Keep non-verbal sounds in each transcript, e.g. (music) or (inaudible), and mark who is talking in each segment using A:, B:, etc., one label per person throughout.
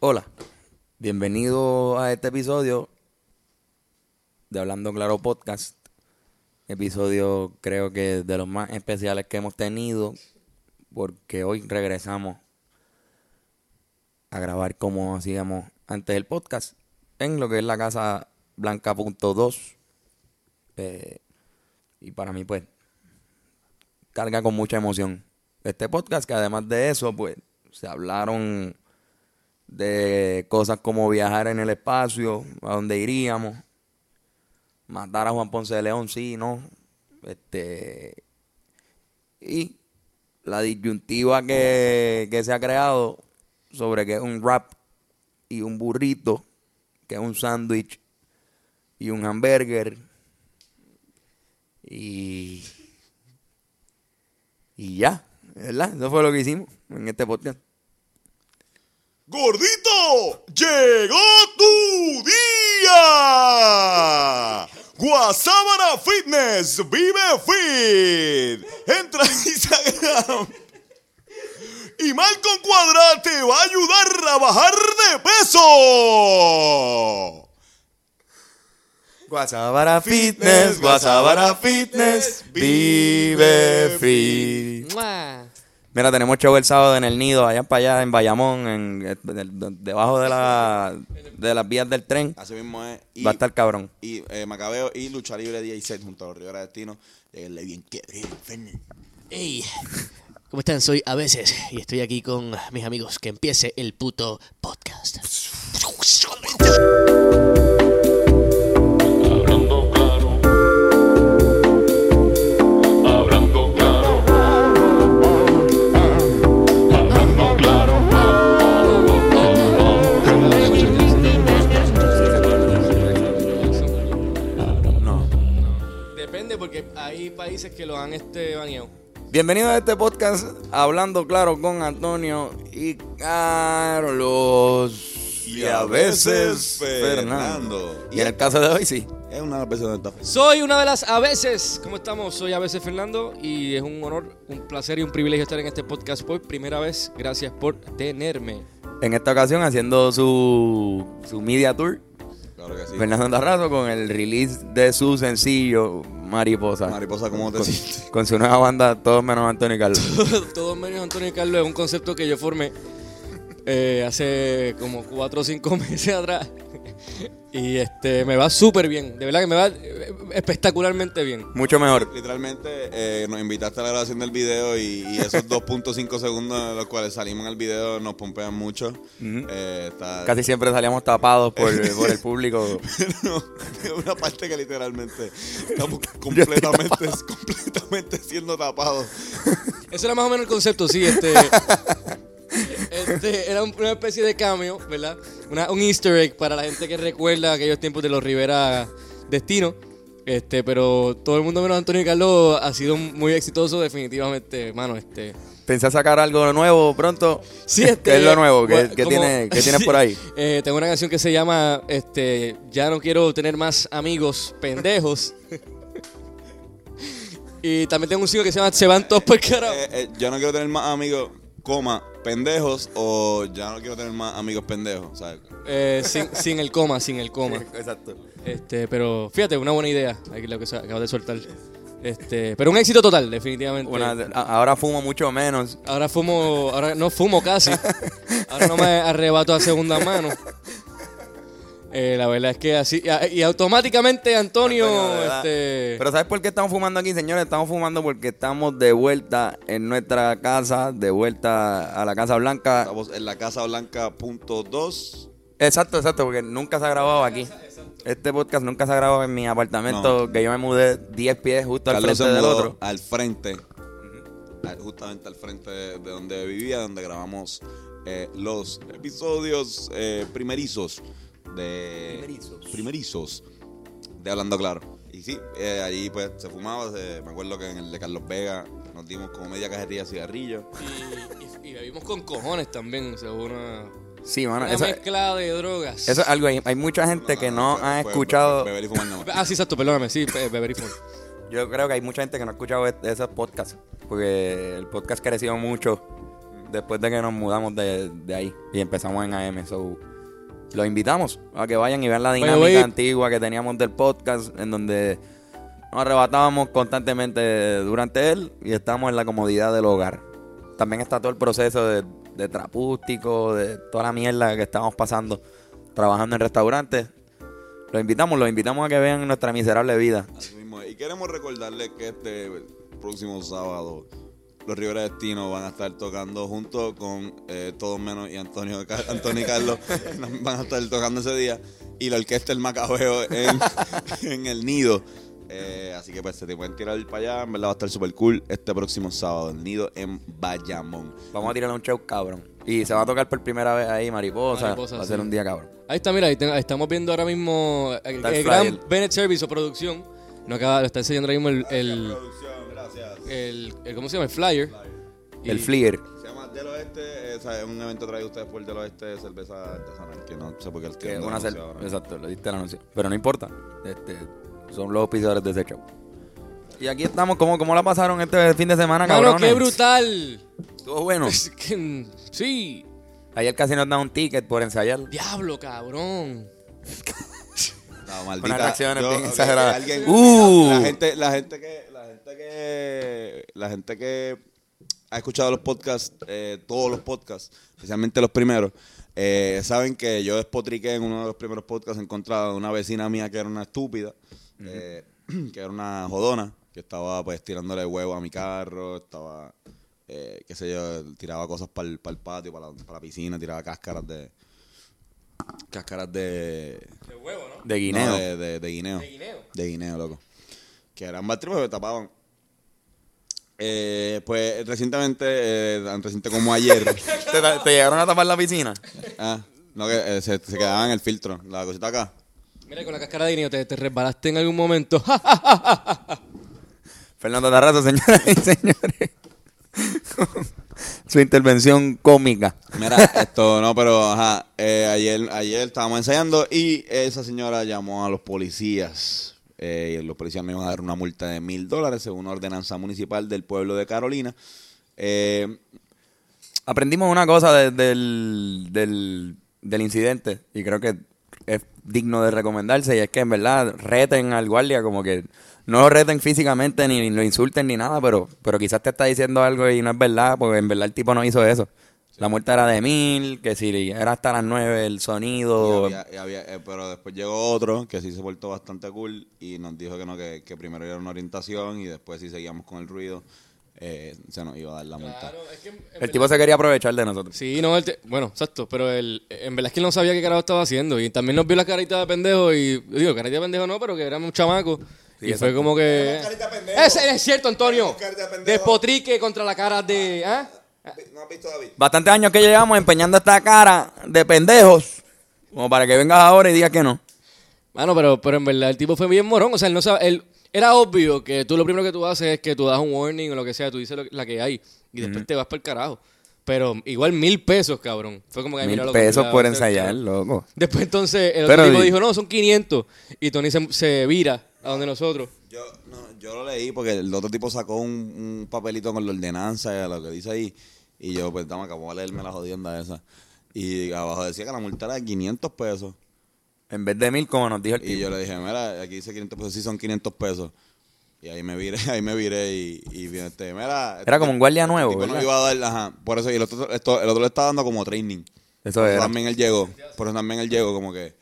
A: Hola, bienvenido a este episodio de Hablando Claro Podcast. Episodio creo que de los más especiales que hemos tenido porque hoy regresamos a grabar como hacíamos antes del podcast en lo que es la casa blanca.2 Eh, y para mí pues carga con mucha emoción este podcast que además de eso pues se hablaron de cosas como viajar en el espacio, a dónde iríamos, matar a Juan Ponce de León, sí, no. Este, y la disyuntiva que, que se ha creado sobre que es un wrap y un burrito, que es un sándwich y un hamburger. Y, y ya, ¿verdad? Eso fue lo que hicimos en este podcast.
B: Gordito, llegó tu día. Guasábana Fitness, vive fit. Entra a Instagram. Y Malcolm Cuadra te va a ayudar a bajar de peso.
A: Guasabara Fitness, Guasabara Fitness, vive fit.
C: ¡Mua!
A: Mira, tenemos show el sábado en el nido, allá para allá, en Bayamón, en, eh, del- debajo de, la, de las vías del tren.
B: Así mismo es. Y,
A: Va a estar cabrón.
B: y eh, Macabeo y Lucha Libre 16 junto a los Eh, Rivera Destino. Lleguenle bien que
C: Ey, ¿Cómo están? Soy a veces y estoy aquí con mis amigos que empiece el puto podcast.
D: Hablando claro. Hablando claro. Hablando claro.
E: Depende porque hay países que lo han este baneado.
A: Bienvenidos a este podcast, hablando claro con Antonio y Carlos.
B: Y a veces, Fernando.
A: Y en el caso de hoy, sí.
B: Es una persona de
E: Soy una de las a veces. ¿Cómo estamos? Soy a veces Fernando y es un honor, un placer y un privilegio estar en este podcast por primera vez. Gracias por tenerme.
A: En esta ocasión, haciendo su, su media tour,
B: Claro que sí.
A: Fernando Andarrazo con el release de su sencillo Mariposa.
B: Mariposa, ¿cómo te
A: con,
B: sientes?
A: con su nueva banda, todos menos Antonio y Carlos.
E: (laughs) (laughs) Todos menos Antonio y Carlos es un concepto que yo formé eh, hace como cuatro o cinco (laughs) meses atrás. Y este me va súper bien. De verdad que me va eh, espectacularmente bien.
A: Mucho mejor.
B: Literalmente eh, nos invitaste a la grabación del video y, y esos 2.5 segundos en los cuales salimos en el video nos pompean mucho. Eh, está- (laughs)
A: Casi siempre salíamos tapados
E: (laughs)
A: por, por el público.
B: es una parte que literalmente estamos completamente, (laughs) completamente siendo tapados.
E: Ese era más o menos el concepto, sí. Este, (laughs) este era un- una especie de cameo, ¿verdad? Una- un Easter egg para la gente que recuerda aquellos tiempos de los Rivera Destino. Este, pero todo el mundo menos Antonio y Carlos ha sido muy exitoso, definitivamente, mano. Este.
A: Pensás sacar algo nuevo pronto. (laughs)
E: Sí, este,
A: ¿Qué es lo nuevo? ¿Qué,
E: bueno,
A: qué
E: como-
A: tiene- qué
E: (laughs)
A: tienes por ahí?
E: Eh, tengo una canción que se llama este, Ya no quiero tener más amigos
A: (laughs)
E: pendejos. y también tengo un single que se llama Se van todos por carajo.
B: Eh, eh, yo no quiero tener más amigos, coma, pendejos o ya no quiero tener más amigos pendejos. O sea,
E: Eh, sin,
A: (laughs)
E: sin el coma, sin el coma.
A: Exacto.
E: Este, pero fíjate, una buena idea, aquí lo que sa- acabas de soltar. Este, pero un éxito total, definitivamente.
A: ahora fumo mucho menos.
E: Ahora fumo, ahora no fumo casi. Ahora no me arrebato a segunda mano. Eh, la verdad es que así y, y automáticamente Antonio,
A: Antonio, de verdad.
E: este
A: Pero ¿sabes por qué estamos fumando aquí, señores? Estamos fumando porque estamos de vuelta en nuestra casa, de vuelta a la Casa Blanca.
B: estamos en la Casa Blanca punto dos.
A: Exacto, exacto, porque nunca se ha grabado aquí. Este podcast nunca se ha grabado en mi apartamento, que yo me mudé 10 pies justo
B: Carlos
A: al
B: se
A: frente del
B: mudó
A: otro.
B: al frente, al- justamente al frente de, de donde vivía, donde grabamos eh, los episodios eh, primerizos de
A: Primerizos.
B: primerizos de Hablando Claro. Y sí, eh, allí pues se fumaba, se- me acuerdo que en el de Carlos Vega nos dimos como media cajetilla de cigarrillos.
E: y, y- y bebimos con cojones también, o sea, una,
A: Sí, mano,
E: una
A: eso, eso
E: mezcla de drogas.
A: es algo. Hay, hay mucha gente que no
B: fue-
A: ha
B: fue
A: escuchado.
B: Beber y fumar no.
E: Ah, sí, exacto, perdóname, sí, be- beber y fumar.
A: e-, Yo creo que hay mucha gente que no ha escuchado este- esos podcasts. Porque el podcast ha crecido mucho después de que nos mudamos de, de ahí y empezamos en AM. So, los invitamos a que vayan y vean la
E: the
A: dinámica
E: way-
A: antigua que teníamos del podcast, en donde nos arrebatábamos constantemente durante él y estamos en la comodidad del hogar. También está todo el proceso de, de trapústico, de toda la mierda que estábamos pasando trabajando en restaurantes. Los invitamos, los invitamos a que vean nuestra miserable vida.
B: Así mismo es. Y queremos recordarles que este próximo sábado los Rivera Destino van a estar tocando junto con eh, Todos Menos y Antonio Ca- Antonio
A: (laughs)
B: y Carlos. van a estar tocando ese día. Y la orquesta El Macabeo en, (laughs) en El Nido. Eh, así que pues se te pueden tirar para allá. En verdad va a estar super cool este próximo sábado. El Nido en Bayamón.
A: Vamos a tirarle un show cabrón. Y se va a tocar por primera vez ahí, mariposa.
E: Mariposa,
A: va a ser
E: sí.
A: un día cabrón.
E: Ahí está, mira, ahí ten- estamos viendo ahora mismo eh, el,
A: Está el
E: Gran
A: flyer.
E: Bennett Service o producción. Nos acaba, lo está enseñando ahora mismo el, el, Eh.
B: Producción, gracias.
E: el- el- ¿cómo se llama? El flyer. Y-
A: El Flier.
B: Se llama Del Oeste, Eh, es un evento traído ustedes por Del Oeste de cerveza artesanal, que no sé por qué el
A: Que
B: tío no
A: una
B: anunció
A: cer-
B: ahora.
A: Exacto, le diste el anuncio. Pero no importa. Este, son los pisadores de ese show. Y aquí estamos, ¿cómo, cómo la pasaron este fin de semana,
E: ¡Mano,
A: cabrón?
E: qué brutal!
A: Estuvo
E: (laughs)
A: bueno.
E: Es que- sí,
A: Ayer casi nos dan un ticket por ensayar.
E: diablo, cabrón.
B: No, maldita.
A: Unas reacciones
B: Yo-
A: bien
B: ok,
A: exageradas.
B: alguien-
A: ¡Uh!
B: la, gente, la gente que, la gente que, la gente que ha escuchado los podcasts, eh, todos los podcasts, especialmente los primeros, eh, saben que yo despotriqué en uno de los primeros podcasts en contra de una vecina mía que era una estúpida, eh, (clears throat) que era una jodona, que estaba pues tirándole huevo a mi carro, estaba, eh, qué sé yo, tiraba cosas para el, patio, para la, pa' la piscina, tiraba cáscaras de... Cáscaras de...
A: De Guineo.
E: eh.
B: No, de, de- de guineo. De guineo. loco. Que eran batrios pero tapaban. Eh, pues recientemente, eh, tan reciente como (laughs) ayer.
A: ¿Te, te llegaron a tapar la piscina?
B: ah, no, que eh, se, se quedaban en el filtro. La cosita acá.
E: Mira, con la cáscara de guineo te, te resbalaste en algún momento. (laughs)
A: Este Fernando Tarrazo, (laughs) señoras y señores. (laughs) Su intervención cómica.
B: (laughs) Mira, esto no, pero ajá. eh, ayer, ayer estábamos ensayando y esa señora llamó a los policías. eh, y los policías me iban a dar una multa de mil dólares según una ordenanza municipal del pueblo de Carolina. Eh,
A: Aprendimos una cosa de- del, del, del incidente y creo que es digno de recomendarse y es que en verdad reten al guardia como que no lo reten físicamente ni, ni lo insulten ni nada, pero, pero quizás te está diciendo algo y no es verdad porque en verdad el tipo no hizo eso. La muerte era de mil, que si era hasta las nueve el sonido...
B: Y había- y había- eh, pero después llegó otro que sí se portó bastante cool y nos dijo que no, que, que primero era una orientación y después si seguíamos con el ruido eh, se nos iba a dar la multa.
A: El tipo se quería aprovechar de nosotros.
E: Sí, no, él te- bueno, exacto, pero el, en verdad es que él no sabía qué carajo estaba haciendo y también nos vio la carita de pendejo y digo, carita de pendejo no, pero que éramos un chamaco y fue como que...
B: carita de pendejo.
E: Es, es cierto, Antonio.
B: Éramos carita de pendejo.
E: Despotrique contra la cara de... ¿ah?
B: ¿No has visto David?
A: Bastantes años que llevamos empeñando esta cara de pendejos como para que vengas ahora y digas que no.
E: Mano, pero, pero en verdad el tipo fue bien morón. O sea, él no sabe. Él, era obvio que tú lo primero que tú haces es que tú das un warning o lo que sea, tú dices lo- la que hay y después te vas para el carajo. Pero igual mil pesos, cabrón. Fue como que ay,
A: Mil
E: mira, loco,
A: pesos
E: mira,
A: por
E: te-
A: ensayar,
E: te-
A: loco.
E: Después entonces el otro
A: Pero
E: tipo
A: di-
E: dijo, no, son 500. Y Tony se, se vira a donde nosotros.
B: Yo, no, yo lo leí porque el otro tipo sacó un, un papelito con la ordenanza, eh, lo que dice ahí. Y yo, pues, dame, acabo de leerme la jodienda esa. Y abajo decía que la multa era de 500 pesos.
A: En vez de mil, como nos dijo el
B: Y
A: tipo.
B: yo le dije, mira, aquí dice 500 pesos, sí son 500 pesos. Y ahí me viré, (laughs) ahí me viré y, y vino este, mira.
A: Era como un guardia nuevo,
B: tipo no
A: ¿verdad?
B: iba a dar, ajá. Por eso, y el otro, esto- el otro le estaba dando como training.
A: Eso
B: Por eso
A: era.
B: también él llegó, por eso también él llegó como que,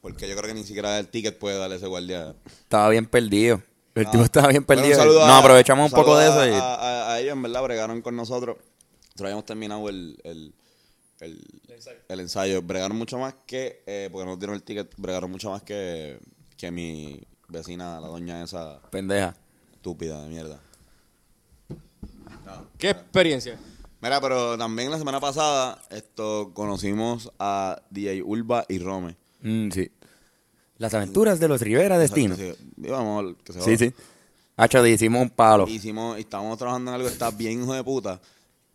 B: porque yo creo que ni siquiera el ticket puede darle ese guardia.
A: Estaba bien perdido. El
B: Ah.
A: tipo estaba bien
B: Bueno, un
A: perdido.
B: saludo
A: no,
B: a-
A: aprovechamos un
B: saludo
A: poco de eso.
B: a-
A: Y...
B: A, a- a ellos, en verdad, bregaron con nosotros. Nosotros habíamos terminado el, el, el- el ensayo. Bregaron mucho más que, eh, porque nos dieron el ticket, bregaron mucho más que, que mi vecina, la doña esa
A: Pendeja.
B: estúpida de mierda.
E: ¿Qué experiencia?
B: Mira, pero también la semana pasada esto conocimos a DJ Ulva y Rome.
A: Mm, sí. Las aventuras de los Rivera Destino.
B: Sí, Vamos, que se
A: Sí,
B: joda.
A: sí. Hacho, le hicimos un palo.
B: Hicimos, estábamos trabajando en algo que está bien hijo de puta.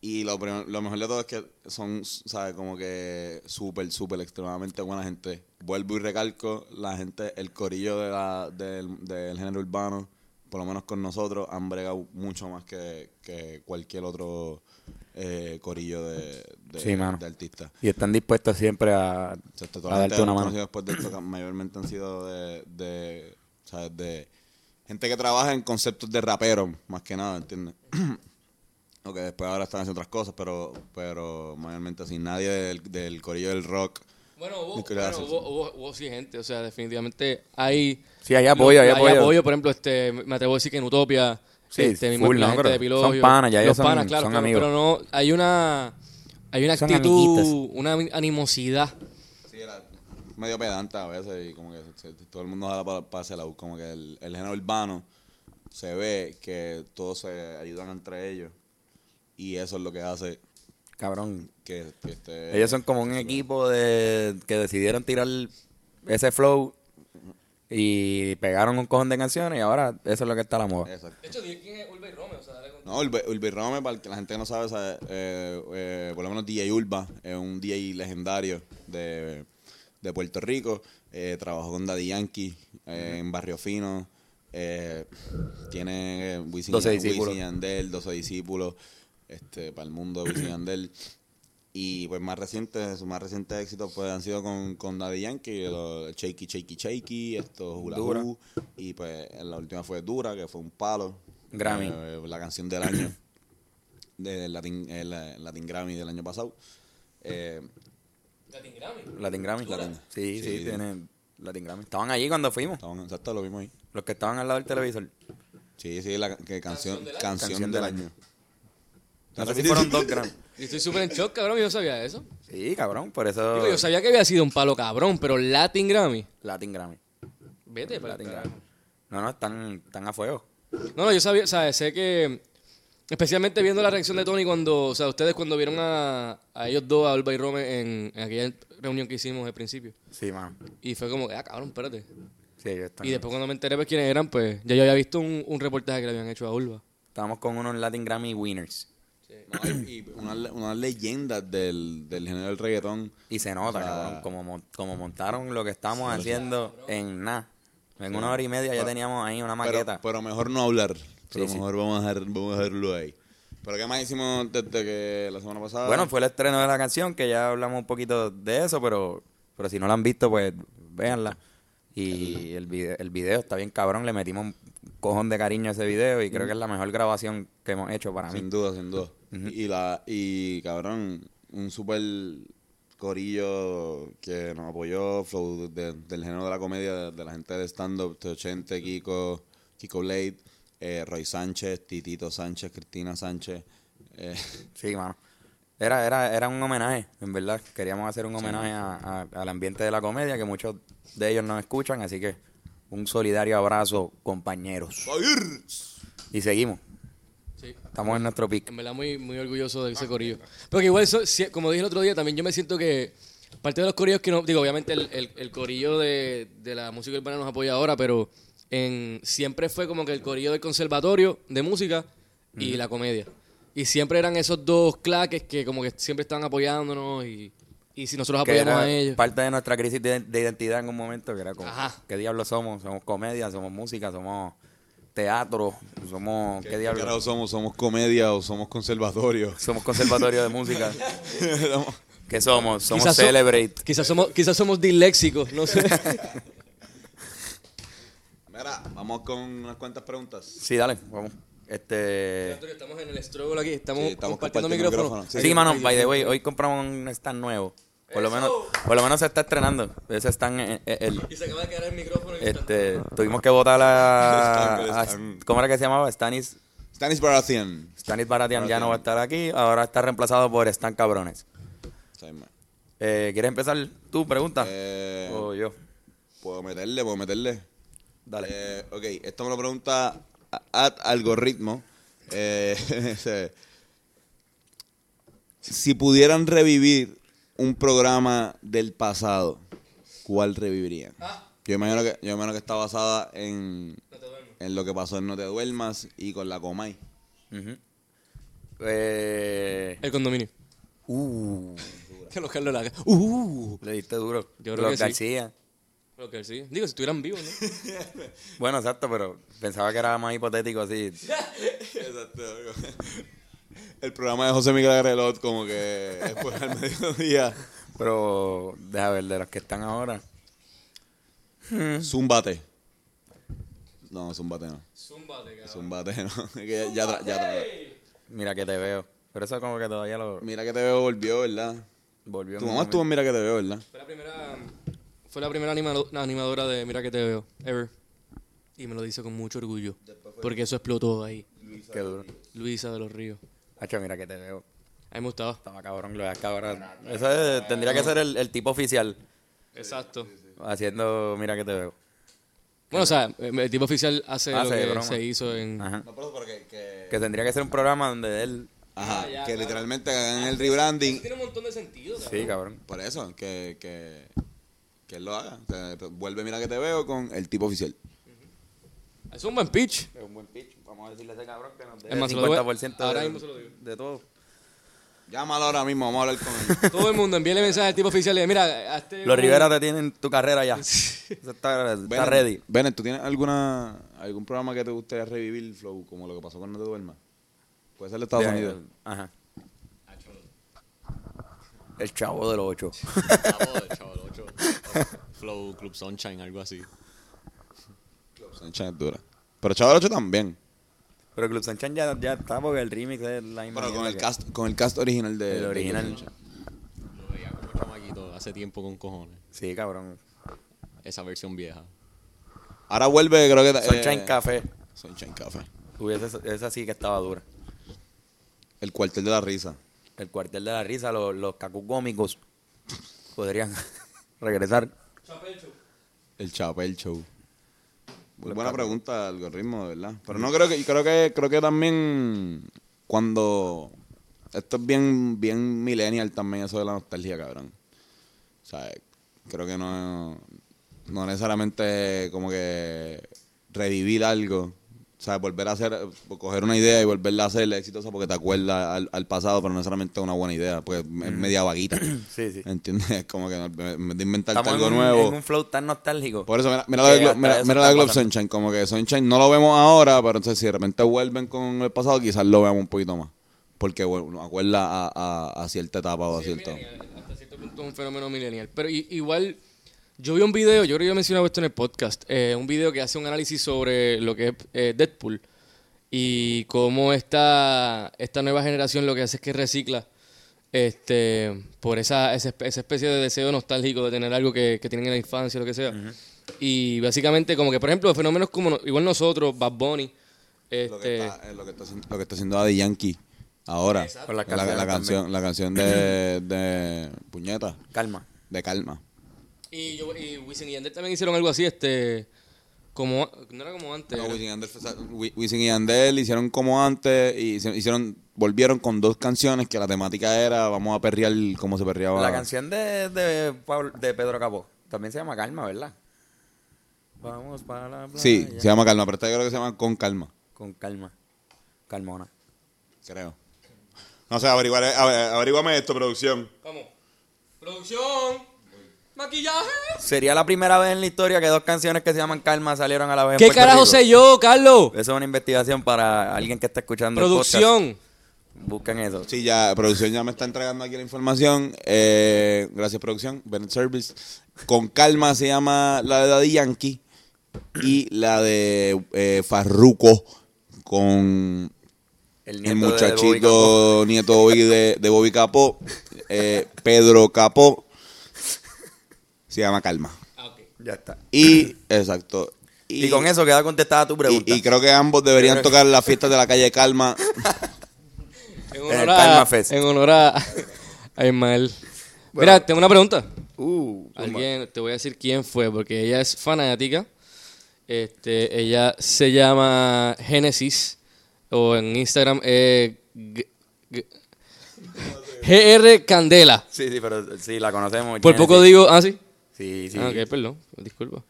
B: Y lo, prim- lo mejor de todo es que son, ¿sabes? Como que súper, súper, extremadamente buena gente. Vuelvo y recalco, la gente, el corillo de la, del, del género urbano, por lo menos con nosotros, han bregado mucho más que, que cualquier otro eh, corillo de, de,
A: Sí, mano.
B: de artistas.
A: Y están dispuestos siempre a,
B: O
A: a
B: sea, hasta Este, toda la gente
A: darte
B: que
A: una
B: hemos
A: mano.
B: conocido después de esto, que mayormente han sido de, de, ¿sabes? de gente que trabaja en conceptos de rapero, más que nada, ¿entiendes? (clears throat) Ok, después ahora están haciendo otras cosas, pero, pero mayormente así. Nadie del, del corillo del rock.
E: Bueno, hubo,
B: Nicolás,
E: bueno,
B: sí.
E: hubo, hubo- hubo sí gente, o sea, definitivamente hay...
A: Sí, hay apoyo, hay
E: hay
A: apoyo.
E: por ejemplo, este, me atrevo a decir que en Utopia,
A: Sí,
E: este, mismo
A: full,
E: la
A: no,
E: gente
A: pero
E: de Piloyo,
A: son panas, ya ellos
E: los
A: son-
E: panas, claro,
A: son
E: pero,
A: amigos.
E: pero no, hay una, hay una
A: Son
E: actitud,
A: amiguitas.
E: una ami- animosidad.
B: Sí, era medio pedanta a veces y como que se- se- todo el mundo jala para, hacia la U. Como que el, el género urbano se ve que todos se ayudan entre ellos y eso es lo que hace
A: Cabrón.
B: que, que esté...
A: Ellos son como un equipo de que decidieron tirar ese flow y pegaron un cojón de canciones y ahora eso es lo que está a la moda.
B: Exacto.
E: De hecho, ¿quién es Ulva y Romeo? O sea,
B: No, Ulbi, Ulbi Rome, para el que la gente no sabe, sabe, eh, eh, por lo menos DJ Ulba, es un DJ legendario de, de Puerto Rico. eh, trabajó con Daddy Yankee eh, en Barrio Fino. eh, tiene eh, Wisin,
A: 12
B: Wisin
A: discípulos.
B: Yandel, 12 discípulos este, para el mundo de Wisin Yandel. Y pues más recientes, sus más recientes éxitos pues han sido con, con Daddy Yankee, los Shaky Shaky Shaky, estos Hula
A: Dura.
B: Hoo, y pues la última fue Dura, que fue un palo.
A: Grammy.
B: Eh, la canción del año, (clears throat) del Latin, el, eh, Latin Grammy del año pasado. Eh,
A: Latin Grammy.
B: Latin.
A: Sí, sí,
B: Sí.
A: tienen Latin Grammy. Estaban allí cuando fuimos,
B: estaban, exacto, lo vimos ahí.
A: los que estaban al lado del televisor.
B: Sí, sí, la que canción, canción,
A: Canción del
B: del año.
A: año. No sé si fueron dos Grammy.
E: Yo estoy súper en shock, cabrón, yo no sabía eso.
A: Sí, cabrón, por
E: Digo,
A: eso
E: yo sabía que había sido un palo cabrón, pero Latin Grammy.
A: Latin Grammy.
E: Vete, para
A: Latin
E: el
A: Grammy. No, no, están, están a fuego.
E: No, no, yo sabía, o sea, sé que. Especialmente viendo la reacción de Tony cuando, o sea, ustedes cuando vieron a, a ellos dos, a Olva y Rome, en, en aquella reunión que hicimos al principio.
A: Sí, mano.
E: Y fue como que, ah, cabrón, espérate.
A: Sí, ellos están.
E: Y después cuando me enteré pues, quiénes eran, pues ya yo había visto un, un reportaje que le habían hecho a Ulva.
A: Estamos con unos Latin Grammy winners.
B: (clears throat) No, y y unas le- unas leyendas del, del género del reggaetón.
A: Y se nota,
B: O sea,
A: cabrón, como, mon- como montaron lo que estamos haciendo en nada. En una hora y media ya teníamos ahí una
B: Pero,
A: maqueta.
B: pero mejor no hablar. Pero
A: sí.
B: mejor Vamos, a dejar, vamos a dejarlo ahí. Pero ¿qué más hicimos desde que la semana pasada?
A: bueno, fue el estreno de la canción, que ya hablamos un poquito de eso, pero, pero si no la han visto, pues véanla. Y el video, el video está bien cabrón, le metimos un cojón de cariño a ese video y creo que es la mejor grabación que hemos hecho para
B: Sin
A: mí.
B: duda, sin duda. Y la y cabrón, un super corillo que nos apoyó, flow de- del género de la comedia, de, de la gente de stand-up, Teochente, Kiko, Kiko Blade, eh, Roy Sánchez, Titito Sánchez, Cristina Sánchez. eh,
A: Sí, mano. Era, era, era un homenaje, en verdad. Queríamos hacer un homenaje a- a- al ambiente de la comedia, que muchos de ellos nos escuchan, así que un solidario abrazo, compañeros. Y seguimos.
E: Sí.
A: Estamos en nuestro pick.
E: En verdad, muy, muy orgulloso de
A: Ah,
E: ese corillo. Porque igual, eso, si- como dije el otro día, también yo me siento que parte de los corillos que no. Digo, obviamente, el, el- el corillo de, de la música urbana nos apoya ahora, pero en, siempre fue como que el corillo del conservatorio de música y la comedia. Y siempre eran esos dos claques que, como que siempre estaban apoyándonos y, y si nosotros
A: Que
E: apoyamos
A: era
E: a ellos.
A: parte de nuestra crisis de, de identidad en un momento, que era como,
E: Ajá.
A: ¿qué diablos somos? Somos comedia, somos música, somos teatro, somos, ¿qué,
B: ¿Qué
A: diablos?
B: carajo somos? ¿Somos comedia o somos conservatorios?
A: Somos conservatorio de (laughs) música.
B: (laughs) Somos-
A: ¿Qué somos? Somos
E: Quizás so-
A: Celebrate.
E: Quizás somos, quizás somos disléxicos,
A: (laughs)
E: no sé.
B: Mira, vamos con unas cuantas preguntas.
A: Sí, dale, vamos. Este...
E: estamos en el struggle aquí, estamos,
B: Sí, estamos
E: compartiendo,
B: compartiendo
E: micrófono.
B: micrófono,
A: Sí,
B: Hay que-
A: mano, by the way, hoy compramos un stand nuevo. Por lo menos, por lo menos se está estrenando. Ese stand eh, eh, el,
E: Y se acaba de quedar el micrófono. y está-
A: este, tuvimos que votar a,
B: El stand, el
A: a-
B: stand.
A: ¿Cómo era que se llamaba? Stanis.
B: Stanis Baratheon.
A: Stanis Baratian ya no va a estar
B: Baratian.
A: aquí. Ahora está reemplazado por Stan Cabrones. Eh, ¿Quieres empezar tu pregunta?
B: Eh,
A: o yo.
B: ¿Puedo meterle? ¿Puedo meterle?
A: Dale.
B: Eh, ok, esto me lo pregunta a- at algoritmo. Eh, (laughs) dice, si pudieran revivir un programa del pasado, ¿cuál revivirían? Yo imagino que, yo imagino que está basada en, en lo que pasó en No Te Duermas y con la Comay.
A: Ujú. Eh,
E: El condominio.
A: uh,
E: Que los Carlos Laga. Uh,
A: le diste duro.
E: Yo creo
A: Los
E: que sí.
A: García.
E: Lo que sí. Digo, si estuvieran vivos, ¿no?
A: Bueno, exacto, pero pensaba que era más hipotético así.
B: Exacto. El programa de José Miguel Agrelot, como que después al (laughs) mediodía.
A: Pero, deja ver, de los que están ahora.
B: Zúmbate. No, zúmbate no.
E: Zúmbate, cabrón.
B: Zúmbate no. (laughs) Que ya, ya tra- ya tra-
A: Mira que te veo. Pero eso como que todavía lo
B: Mira que te veo volvió, ¿verdad?
A: volvió.
B: Tu
A: mi
B: mamá estuvo en Mira que te veo, ¿verdad?
E: Fue la primera, fue la primera animado- animadora de Mira que te veo, ever. Y me lo dice con mucho orgullo. Porque eso explotó ahí.
A: Qué duro.
E: Luisa de los Ríos.
A: Hacho, mira que te veo.
E: A mí me gustaba.
A: Estaba cabrón, lo de acá ahora. Eso es- tendría que ser el, el tipo oficial
E: Exacto.
A: haciendo mira que te veo.
E: Bueno, o sea, el tipo oficial hace,
A: Hace de
E: lo que
A: broma.
E: se hizo en...
A: Ajá.
B: No, pero porque que...
A: Que tendría que ser un programa donde él.
B: Ajá,
E: Ah, ya,
B: que
E: claro.
B: literalmente hagan el rebranding.
E: Tiene un montón de sentido.
A: Sí, cabrón.
B: Por eso, que, que, que él lo haga. O sea, vuelve Mira que te veo con el tipo oficial.
E: Es un buen pitch.
A: Es un buen pitch. Vamos a decirle a ese cabrón que nos dé
E: Es más, se lo doy-
A: 50% de,
E: ahora mismo se lo digo.
A: de todo.
B: Llámalo ahora mismo, vamos a hablar con
A: (laughs)
B: él.
E: Todo el mundo envíale mensaje al tipo oficial y dice, mira, hazte
A: Los
E: un-
A: Rivera te tienen tu carrera
E: (laughs)
A: ya. Eso está, está
B: Bennett,
A: ready.
B: Bennett, ¿tú tienes alguna, algún programa que te gustaría revivir, Flow, como lo que pasó con No te duermas? Puede ser de Estados
A: De-
B: Unidos.
A: Ajá. El chavo de los ocho.
F: Chavo, chavo, ocho. Flow Club Sunshine, algo así.
B: Sunshine es dura. Pero Chavo del Ocho también.
A: Pero Club Sanchan ya, ya está porque el remix es la misma.
B: Pero con
A: mierda
B: el
A: que-
B: cast, con el cast original de.
A: El
B: de
A: original.
B: Club Sunshine.
F: Lo veía como chamaquito hace tiempo con cojones.
A: Sí, cabrón.
F: Esa versión vieja.
B: Ahora vuelve, creo que.
A: Sunshine
B: eh,
A: Café.
B: Sunshine Café.
A: Uy, esa, esa sí que estaba dura.
B: El cuartel de la risa.
A: El cuartel de la risa, los, los cacucómicos podrían (laughs) regresar.
B: El Chapel Show. Muy buena pregunta, algoritmo, de verdad. Pero no creo que, creo que, creo que también cuando esto es bien, bien millennial también eso de la nostalgia, cabrón. O sea, creo que no, no necesariamente como que revivir algo. O sea, volver a hacer, coger una idea y volverla a hacer exitosa porque te acuerdas al, al pasado, pero no necesariamente es una buena idea, porque es media vaguita.
A: Sí, sí.
B: ¿Entiendes? (laughs) Es Como que no, en vez de inventarte
A: Estamos en
B: algo
A: un,
B: nuevo.
A: en un flow tan nostálgico.
B: Por eso, mira, mira, la de
A: Que
B: Glo-
A: hasta
B: mira,
A: eso
B: mira
A: está
B: la de Globe
A: pasando.
B: Sunshine, como que Sunshine no lo vemos ahora, pero entonces si de repente vuelven con el pasado, quizás lo veamos un poquito más. Porque bueno, nos acuerda a, a- a cierta etapa o a cierto.
E: millennial, Hasta cierto punto es un fenómeno millennial. Pero i- igual, yo vi un video, yo creo que yo he mencionado esto en el podcast, eh, un video que hace un análisis sobre lo que es eh, Deadpool y cómo esta, esta nueva generación lo que hace es que recicla este por esa, esa espe- esa especie de deseo nostálgico de tener algo que, que tienen en la infancia, lo que sea. Y básicamente como que, por ejemplo, fenómenos como no- igual nosotros, Bad Bunny,
B: Lo, que
E: este,
B: está, eh, lo, que está, haciendo- lo que está haciendo Daddy Yankee ahora.
A: Con las
B: La-
A: canciones
B: la, canción, la canción de, de Puñeta,
A: Calma.
B: de Calma.
E: Y, yo, y Wisin y Yandel también hicieron algo así, este... Como, no era como antes.
B: No,
E: era-
B: Wisin y Yandel fue- Wi- Wisin y Yandel hicieron como antes y se- hicieron volvieron con dos canciones que la temática era vamos a perrear como se perreaba.
A: La canción de, de, Pablo- de Pedro Capó también se llama Calma, ¿verdad? Vamos para la playa.
B: Sí, se llama Calma, pero esta creo que se llama Con Calma.
A: Con calma. Calmona.
B: Creo. No sé, averiguaré, aver- averíguame esto, producción.
E: Vamos. Producción. Maquillaje.
A: Sería la primera vez en la historia que dos canciones que se llaman Calma salieron a la vez. en
E: ¿Qué
A: Puerto
E: carajo
A: Rico.
E: sé yo, Carlos?
A: Eso es una investigación para alguien que está escuchando. el
E: Producción.
A: podcast. Busquen eso.
B: Sí, ya, producción ya me está entregando aquí la información. Eh, gracias, producción. Bennett Service. Con calma se llama la de Daddy Yankee y la de eh, Farruko con el,
A: nieto de Bobby Capó.
B: muchachito nieto hoy de, de Bobby Capó, eh, Pedro Capó. Se llama Calma.
A: Ya está.
B: Y, exacto.
A: Y, con eso queda contestada tu
B: Y,
A: pregunta.
B: y creo que ambos deberían tocar las fiestas de la calle Calma.
E: En
A: En el
E: honor
A: Eh, Calma
E: a,
A: Fest.
E: en honor a, (laughs) a Ismael. Mira, tengo una pregunta.
A: Uh,
E: Alguien, te voy a decir quién fue, porque ella es fanática. Este, ella se llama Genesis. O en Instagram, eh, G- G- GR Candela.
A: Sí, sí, pero sí, la conocemos.
E: Por
A: Genesis.
E: poco digo, ah, sí.
A: Sí, sí.
E: Ah, ok, perdón, disculpa.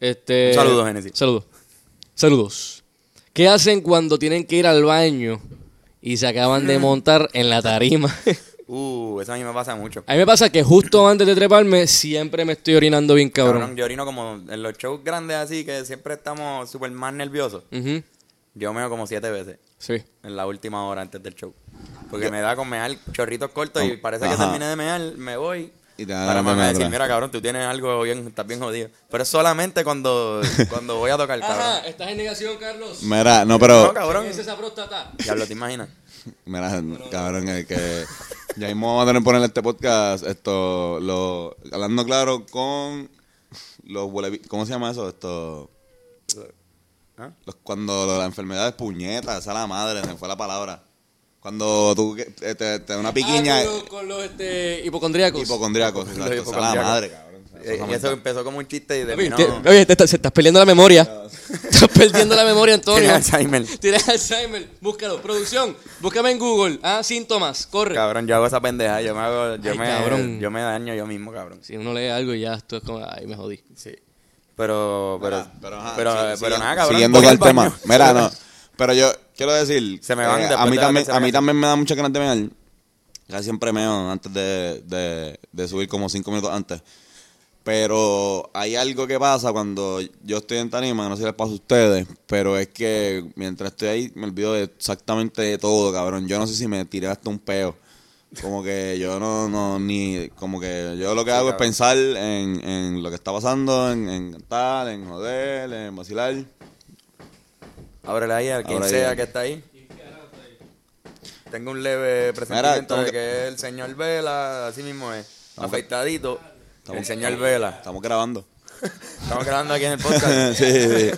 E: Este,
A: Un saludo, Genesis.
E: Saludos. Saludos. ¿Qué hacen cuando tienen que ir al baño y se acaban de montar en la tarima? (laughs)
A: Uh, eso a mí me pasa mucho.
E: A mí me pasa que justo antes de treparme siempre me estoy orinando bien cabrón.
A: Cabrón, yo orino como en los shows grandes así, que siempre estamos súper más nerviosos.
E: Ujú,
A: Yo meo como siete veces
E: Sí.
A: en la última hora antes del show. Porque me da con mear chorritos cortos y parece que
B: Ajá. Ah,
A: terminé de mear, me voy.
B: Y te da
A: Ahora
B: la
A: me van a
B: mano
A: decir,
B: atrás.
A: mira cabrón, tú tienes algo bien, estás bien jodido. Pero es solamente cuando, cuando voy a tocar,
E: Ajá,
A: cabrón.
E: estás en negación, Carlos.
B: Mira, no,
A: No,
B: pero.
A: cabrón.
E: ¿Es esa próstata?
A: Diablo, ¿te imaginas? Eh,
B: Mira, cabrón, el que. Ya mismo vamos a tener que ponerle a este podcast esto. Lo, hablando claro con. Los huele- ¿Cómo se llama eso? Esto.
A: ¿Ah?
B: Los, cuando lo- la enfermedad es puñeta, esa es la madre, se me fue la palabra. Cuando tú que- te, te- te da una piquiña
E: Ah, con, los- con los este, hipocondríacos.
B: hipocondríacos, exacto, esa es la
A: hipocondríacos.
B: madre, cabrón. esa
A: Eh,
B: cosa
A: y eso
B: mental.
A: empezó como un chiste y
E: Oye, te-
A: terminó...
E: oye, te estás- se estás perdiendo la memoria. Estás perdiendo la memoria,
A: (laughs)
E: Antonio.
A: Tiene Alzheimer.
E: (laughs) Tienes Alzheimer. Búscalo. Producción. Búscame en Google. Ah, síntomas. Corre.
A: Cabrón, yo hago esa pendeja, yo me hago, yo
E: Ay,
A: me,
E: cabrón.
A: yo me daño yo mismo, cabrón.
E: Si uno lee algo y ya tú es como, ay, me jodí.
A: Sí. Pero, pero,
B: Ajá,
A: pero,
B: ajá,
A: pero, eh,
B: sí,
A: pero
B: siguiendo-
A: nada, cabrón.
B: Siguiendo
A: voy
B: con
A: al
B: el tema.
A: baño. (laughs)
B: Mira, no. Pero yo quiero decir. eh,
A: Se me van después
B: a
A: de
B: mí,
A: la
B: también,
A: tercera
B: a mí
A: vez.
B: también me da muchas ganas de mear. Casi siempre meo antes de, de, de subir, como cinco minutos antes. Pero hay algo que pasa cuando yo estoy en Tanima, no sé si les pasa a ustedes, pero es que mientras estoy ahí me olvido de exactamente de todo, cabrón. Yo no sé si me tiré hasta un peo. Como que yo no, no, ni, como que yo lo que hago es pensar en, en lo que está pasando, en, en cantar, en joder, en vacilar.
A: Ábrele ahí a quien
B: Ábrele
A: sea
B: ahí.
A: que está ahí. Tengo un leve presentimiento
B: tengo
A: de
B: que-
A: que el señor Vela, así mismo es, afeitadito. El
B: Estamos-
A: señor Vela.
B: Estamos grabando.
A: Estamos grabando aquí en el podcast.
B: (laughs) Sí, sí, sí.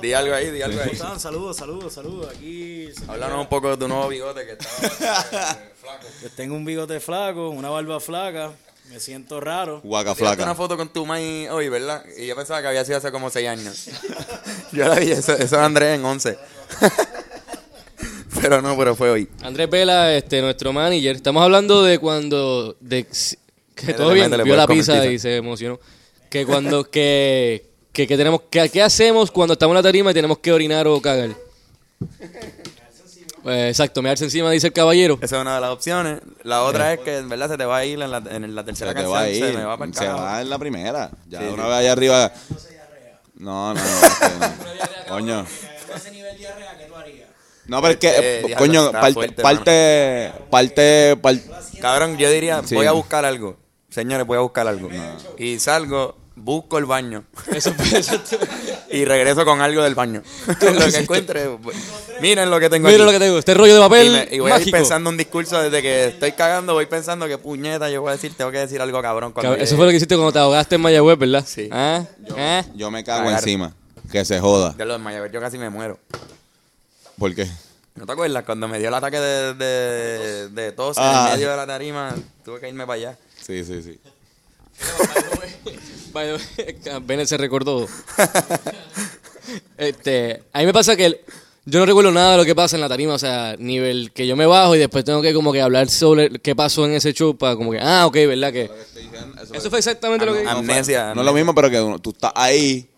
A: Di algo ahí, di algo ahí.
G: Estaban, Saludos, saludos, saludos. Aquí se-
A: Háblanos un poco de tu nuevo bigote que
B: (laughs)
A: estaba eh, flaco.
G: yo tengo un bigote flaco, una barba flaca, me siento raro.
B: Guaca
A: Tiraste una
B: flaca.
A: foto con tu maíz hoy, ¿verdad? Y yo pensaba que había sido hace como seis años. (laughs) yo la vi, eso, eso es Andrés en 11. (laughs) pero no, pero fue hoy.
E: Andrés Vela, este, nuestro manager. Estamos hablando de cuando. De, que
A: Métele,
E: todo bien.
A: métele, pues,
E: Vio
A: puedes
E: la
A: comer
E: pizza
A: pizza.
E: y se emocionó. Que cuando. (laughs) que, que, que tenemos. Que, ¿Qué hacemos cuando estamos en la tarima y tenemos que orinar o cagar? Eh, exacto, mearse encima, dice el caballero.
A: Esa es una de las opciones. La otra es que en verdad se te va a ir en la, en la tercera
B: Eh. Se te
A: canción.
B: va a ir.
A: Se me va para el
B: Se
A: carajo.
B: va en la primera. Ya
A: Sí,
B: una
A: sí.
B: vez allá arriba. No, no, no. este, no. Coño.
G: ese nivel diarrea que tú harías?
B: No, pero es que,
A: Eh,
B: eh,
A: diablo,
B: coño,
A: está
B: parte,
A: fuerte,
B: parte, parte, par-
A: Cabrón, yo diría,
B: Sí.
A: voy a buscar algo. Señores, voy a buscar algo. Y salgo, busco el baño.
E: Eso fue
A: (laughs)
E: exacto.
A: y regreso con algo del baño. (laughs) lo que encuentre. pues, Miren lo que tengo
E: Mira
A: aquí.
E: lo que tengo, este rollo de
A: y,
E: papel.
A: me- y voy a ir
E: mágico.
A: pensando un discurso desde que estoy cagando, voy pensando que puñeta, yo voy a decir, tengo que decir algo cabrón. Cuando
E: Cab- Eso
A: llegue.
E: fue lo que hiciste cuando te ahogaste en Mayagüez, ¿verdad?
A: Sí.
E: ¿Ah? ¿Ah?
B: yo me cago
A: Cagar.
B: encima. Que se joda.
A: Ya lo de Mayagüez, yo casi me muero.
B: ¿Por qué?
A: ¿No te acuerdas? Cuando me dio el ataque de, de, de tos en
B: Ah.
A: el medio de la tarima, tuve que irme para allá.
B: Sí, sí, sí.
E: By (laughs) the way, Bennett se recordó. (laughs) este, a mí me pasa que el- yo no recuerdo nada de lo que pasa en la tarima, o sea, nivel que yo me bajo y después tengo que como que hablar sobre qué pasó en ese show para como que, ah, ok, ¿verdad? que Eso fue exactamente lo que
A: Ah,
E: dije.
A: Amnesia.
B: No es lo mismo, pero que uno- tú estás ahí,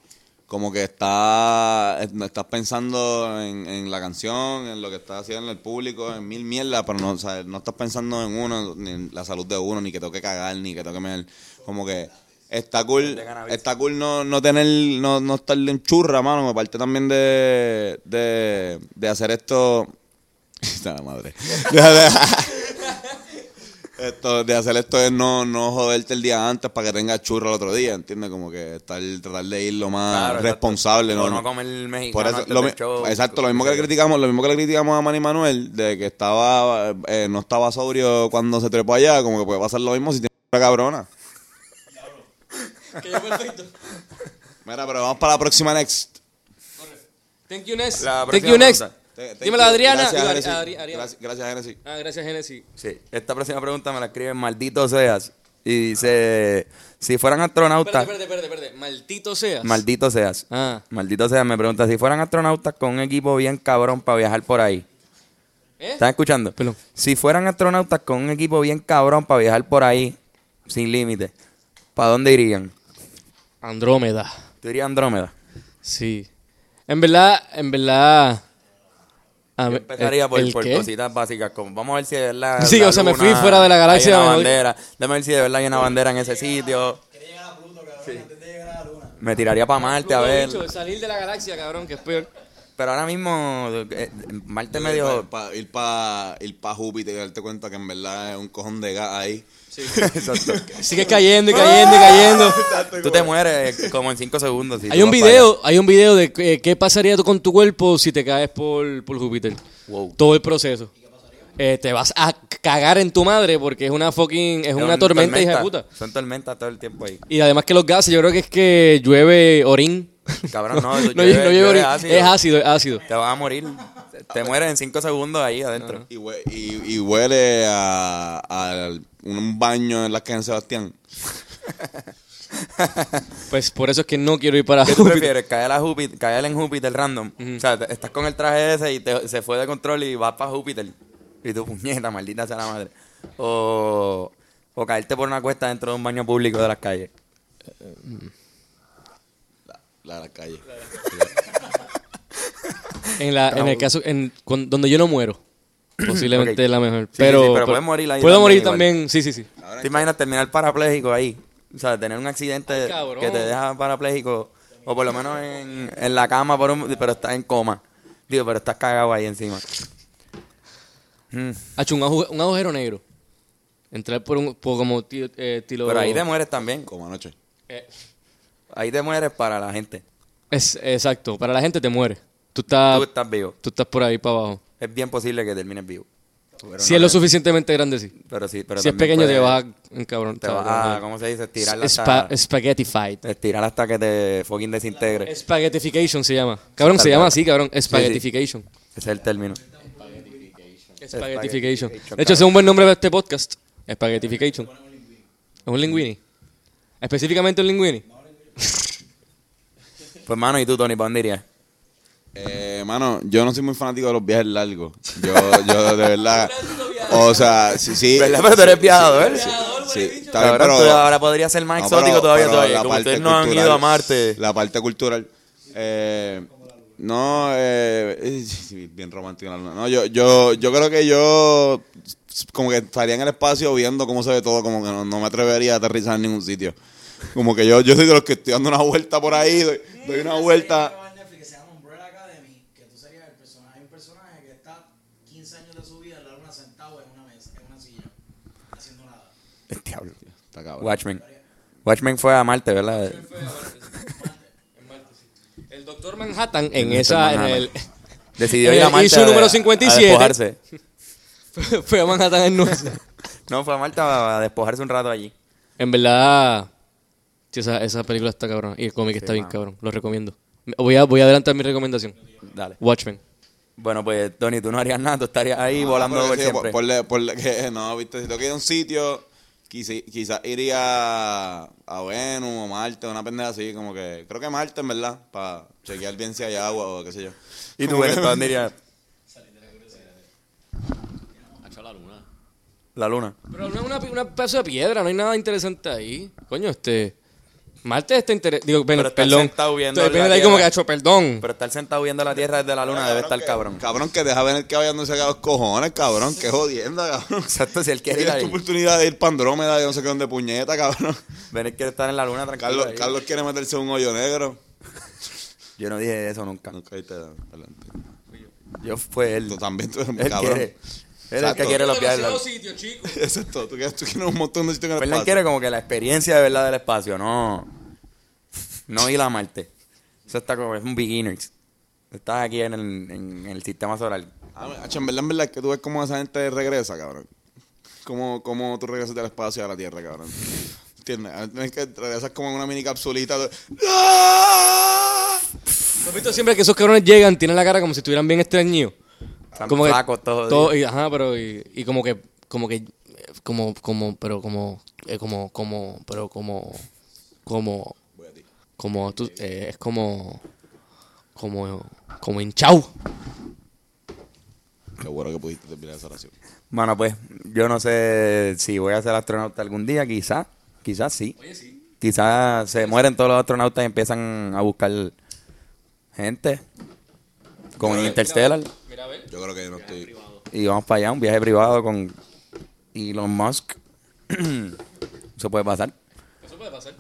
B: como que estás, eh, estás pensando en, en la canción, en lo que está haciendo el público, en mil mierdas, pero no, o sea, no estás pensando en uno, ni en la salud de uno, ni que toque cagar, ni que toque mear. Como que está cool, está cool no, no tener, no, no estar en churra, mano. Me parte también de, de, de hacer esto. (laughs) Está la madre. Esto, de hacer esto es no, no joderte el día antes para que tengas churro el otro día, ¿entiendes? Como que estar, tratar de ir lo más
A: Claro, exacto.
B: responsable.
A: O
B: No,
A: no
B: no.
A: comer mexicano
B: Por eso,
A: antes
B: lo
A: del
B: mi-
A: show.
B: exacto, lo mismo que le criticamos, lo mismo que le criticamos a Manny Manuel, de que estaba, eh, no estaba sobrio cuando se trepó allá, como que puede pasar lo mismo si tiene una cabrona. Mira, pero vamos para la próxima next.
E: Thank you, next.
A: La
E: Thank
A: próxima
E: you, next.
A: pregunta.
B: Te- te-
E: Dímelo, Adriana.
B: Gracias,
E: Digo, Ari-
B: Genesis.
E: Ari- Ariana.
B: Gracias, gracias, Genesis.
E: Ah, gracias, Genesis.
A: Sí. Esta próxima pregunta me la escriben, maldito seas. Y dice, si fueran astronautas,
E: Espérate, espérate, espérate, espérate. Maldito seas.
A: maldito seas.
E: Ah.
A: Maldito seas, me pregunta, si fueran astronautas con un equipo bien cabrón para viajar por ahí.
E: ¿Eh?
A: ¿Están escuchando?
E: Perdón.
A: Si fueran astronautas con un equipo bien cabrón para viajar por ahí, sin límite, ¿para dónde irían?
E: Andrómeda.
A: Tú irías a Andrómeda.
E: Sí. En verdad, en verdad. A
A: Yo
E: ver,
A: empezaría por,
E: ¿el
A: por
E: qué?
A: cositas básicas. Como, vamos a ver si de verdad.
E: Sí,
A: la
E: o sea, me
A: luna-
E: fui fuera de la galaxia,
A: Hay
E: me
A: una
E: voy-
A: bandera. Déjame ver si de verdad hay una bandera en ese sitio. Sí. Me tiraría para Marte a
E: Lo
A: ver.
E: dicho, salir de la galaxia, cabrón, que es peor.
A: Pero ahora mismo, eh, Marte medio.
B: Ir para ir pa, ir pa Júpiter y darte cuenta que en verdad es un cojón de gas ahí.
A: (laughs)
E: (laughs)
A: Exacto.
E: Sigue cayendo y cayendo y cayendo.
A: Tú te mueres eh, como en 5 segundos. si
E: Hay
A: tú
E: un
A: vas para
E: video, hay un video de qué, qué pasaría tú con tu cuerpo si te caes por, por Júpiter.
A: Wow.
E: Todo el proceso. Eh, te vas a cagar en tu madre porque es una fucking, es,
A: allá.
E: una tormenta, hija de puta.
A: Son tormentas todo el tiempo ahí.
E: Y además que los gases, yo creo que es que llueve orín.
A: Cabrón,
E: (laughs)
A: no,
E: no,
A: llueve-
E: llueve, no llueve
A: llueve
E: orín.
A: ácido.
E: Es ácido, es ácido.
A: Te vas a morir. Te mueres en 5 segundos ahí adentro.
B: Y, hue- y, y huele a, a un baño en la calle de Sebastián.
E: Pues por eso es que no quiero ir para
A: ¿Qué tú
E: Júpiter.
A: prefieres? Caer, a Júpiter, caer en Júpiter random. O sea, te- estás con el traje ese y te- se fue de control y vas para Júpiter. Y tu puñeta, maldita sea la madre. O, o caerte por una cuesta dentro de un baño público de las calles.
B: La, la calle.
E: En, la, en el caso, en, con- donde yo no muero.
A: (clears throat)
E: Posiblemente
A: Ok.
E: es la mejor.
A: Sí, sí,
E: pero, pues,
A: sí, pero puedes morir ahí
E: Puedo
A: también
E: morir
A: igual.
E: también, sí, sí, sí.
A: ¿Te imaginas terminar parapléjico ahí? O sea, tener un accidente
E: Ay, cabrón.
A: que te deja parapléjico. O por lo menos en, en la cama, por un- pero estás en coma. Digo, pero estás cagado ahí encima.
E: Hacho, un, agu- un agujero negro. Entrar por un. por como ti- eh, estilo.
A: Pero ahí te mueres también.
B: Como anoche.
E: Eh,
A: Ahí te mueres para la gente.
E: es, exacto. Para la gente te mueres. Tú estás,
A: Tú
E: tú estás,
A: estás vivo.
E: por ahí para abajo.
A: Es bien posible que termines vivo. Pero
E: si
A: no
E: es lo
A: sé.
E: suficientemente grande, sí.
A: Pero sí, pero
E: si es
A: también
E: pequeño,
A: puede-
E: te vas a. Cabrón,
A: te vas a, ¿cómo se dice? Estirar hasta,
E: Spa, Spaghettified.
A: estirar hasta que te fucking desintegre. Ese
E: Spaghettification se llama. Cabrón, se
A: Tal
E: llama
A: cual.
E: así, cabrón.
A: sí.
E: Spaghettification.
A: es el término.
E: Spaghettification.
A: Spaghettification,
E: De hecho, ese es un buen nombre para este podcast. Spaghettification. Es un linguini. Específicamente un linguini.
A: Pues, mano, ¿y tú, Tony, para dónde irías?
B: Eh, mano, yo no soy muy fanático de los viajes largos. Yo, yo
A: (laughs)
B: de verdad. o sea, sí, sí.
A: ¿Verdad? Pero tú eres viajador.
B: Sí, sí, está
A: Cabrón,
B: bien, pero-
A: tú ahora podría ser más
B: No,
A: exótico
B: pero-
A: todavía.
B: pero
A: todavía.
B: la
A: Como
B: parte
A: ustedes no han
B: cultural-
A: ido a Marte.
B: La parte cultural. Eh, no, eh, eh, (laughs) sí, bien romántico la luna. No, yo, yo, yo creo que yo s- como que estaría en el espacio viendo cómo se ve todo, como que no, no me atrevería a aterrizar en ningún sitio. Como que yo, yo soy de los que estoy dando una vuelta por ahí, doy, doy una vuelta.
G: que se llama Umbrella Academy, que tú serías el personaje, hay un personaje que está 15 años de su vida en la luna sentado en una mesa, en una silla, haciendo nada.
A: El diablo.
B: Está cabrón.
A: Watchmen. Watchmen fue a Marte, ¿verdad?
E: El doctor Manhattan en
A: El
E: esa.
A: Dr.
E: En
A: Manhattan.
E: el,
A: Decidió
E: Eh,
A: ir a Marte.
E: hizo
A: a-
E: número
A: a
E: 57.
A: despojarse.
E: (laughs) fue a Manhattan en nuestro.
A: No, fue a Marte a a despojarse un rato allí.
E: En verdad. sí, esa, esa película está cabrón. Y el cómic está bien cabrón. Lo recomiendo. Voy a, voy a adelantar mi recomendación.
A: Dale.
E: Watchmen.
A: Bueno, pues, Tony, tú no harías nada. Tú estarías ahí
B: Ah,
A: volando
B: pero
A: por
B: sí,
A: siempre.
B: ponle- ponle (laughs) que- no, viste, si tengo que ir a un sitio, quizás iría a Venus o Marte, una pendeja así, como que, creo que Marte en verdad, para chequear bien si hay agua o qué sé yo.
A: ¿Y tú, Benet, para dónde irías?
F: Hacho la luna.
A: La luna.
E: Pero no es una, una pedazo de piedra, no hay nada interesante ahí. Coño, este. Marte está interesante. Digo, ven,
A: Pero está
E: perdón.
A: sentado viendo
E: Estoy
A: la
E: ahí como que ha
A: tierra.
E: hecho perdón.
A: Pero estar sentado viendo la Tierra desde la luna debe estar cabrón.
B: Cabrón, que deja venir que vayan no se haga los cojones, cabrón, qué jodienda, cabrón.
A: Exacto, si él quiere ir
B: Tienes tu
A: ahí.
B: oportunidad de ir para Andrómeda, yo no sé qué dónde puñeta, cabrón.
A: Benet quiere estar en la luna tranquilo.
B: Carlos,
A: ahí.
B: Carlos quiere meterse en un hoyo negro.
A: Yo no dije eso nunca.
B: Nunca ahí te dan, adelante.
A: Yo fue él.
B: Tú también, tú eres un
A: Él
B: cabrón.
A: quiere. Él es el que
B: Exacto.
A: quiere los viajes. largos.
E: sitios,
B: (laughs)
E: chicos.
B: Eso es todo, tú quieres, tú quieres un montón de sitios en el
A: Fernan
B: espacio.
A: quiere como que la experiencia de verdad del espacio, no. No ir a Marte. Eso está como, es un beginner. Estás aquí en el, en el sistema solar.
B: Ah, me- acho, en verdad, en verdad, que tú ves cómo esa gente regresa, cabrón. Cómo, cómo tú regresas del espacio a la Tierra, cabrón. ¿Entiendes? Ah, Tienes que regresas como en una mini capsulita. de- ¡Ah!
E: ¿Has visto siempre que esos cabrones llegan, tienen la cara como si estuvieran bien extrañíos?
A: Están
E: Como que
A: flacos todos.
E: todo- y, ajá, pero y, y como que como que eh, como como pero como eh, como como pero como como como tú- eh, es como como como hinchado.
B: Qué bueno que pudiste terminar esa oración.
A: Bueno, pues yo no sé si voy a ser astronauta algún día, quizás, quizás sí. Quizás se mueren todos los astronautas y empiezan a buscar gente. Como en Interstellar.
E: Me ir a ver.
B: Yo creo que yo no estoy.
A: Y vamos para allá, un viaje privado con Elon Musk. (clears throat) Eso puede pasar.
E: Eso puede pasar.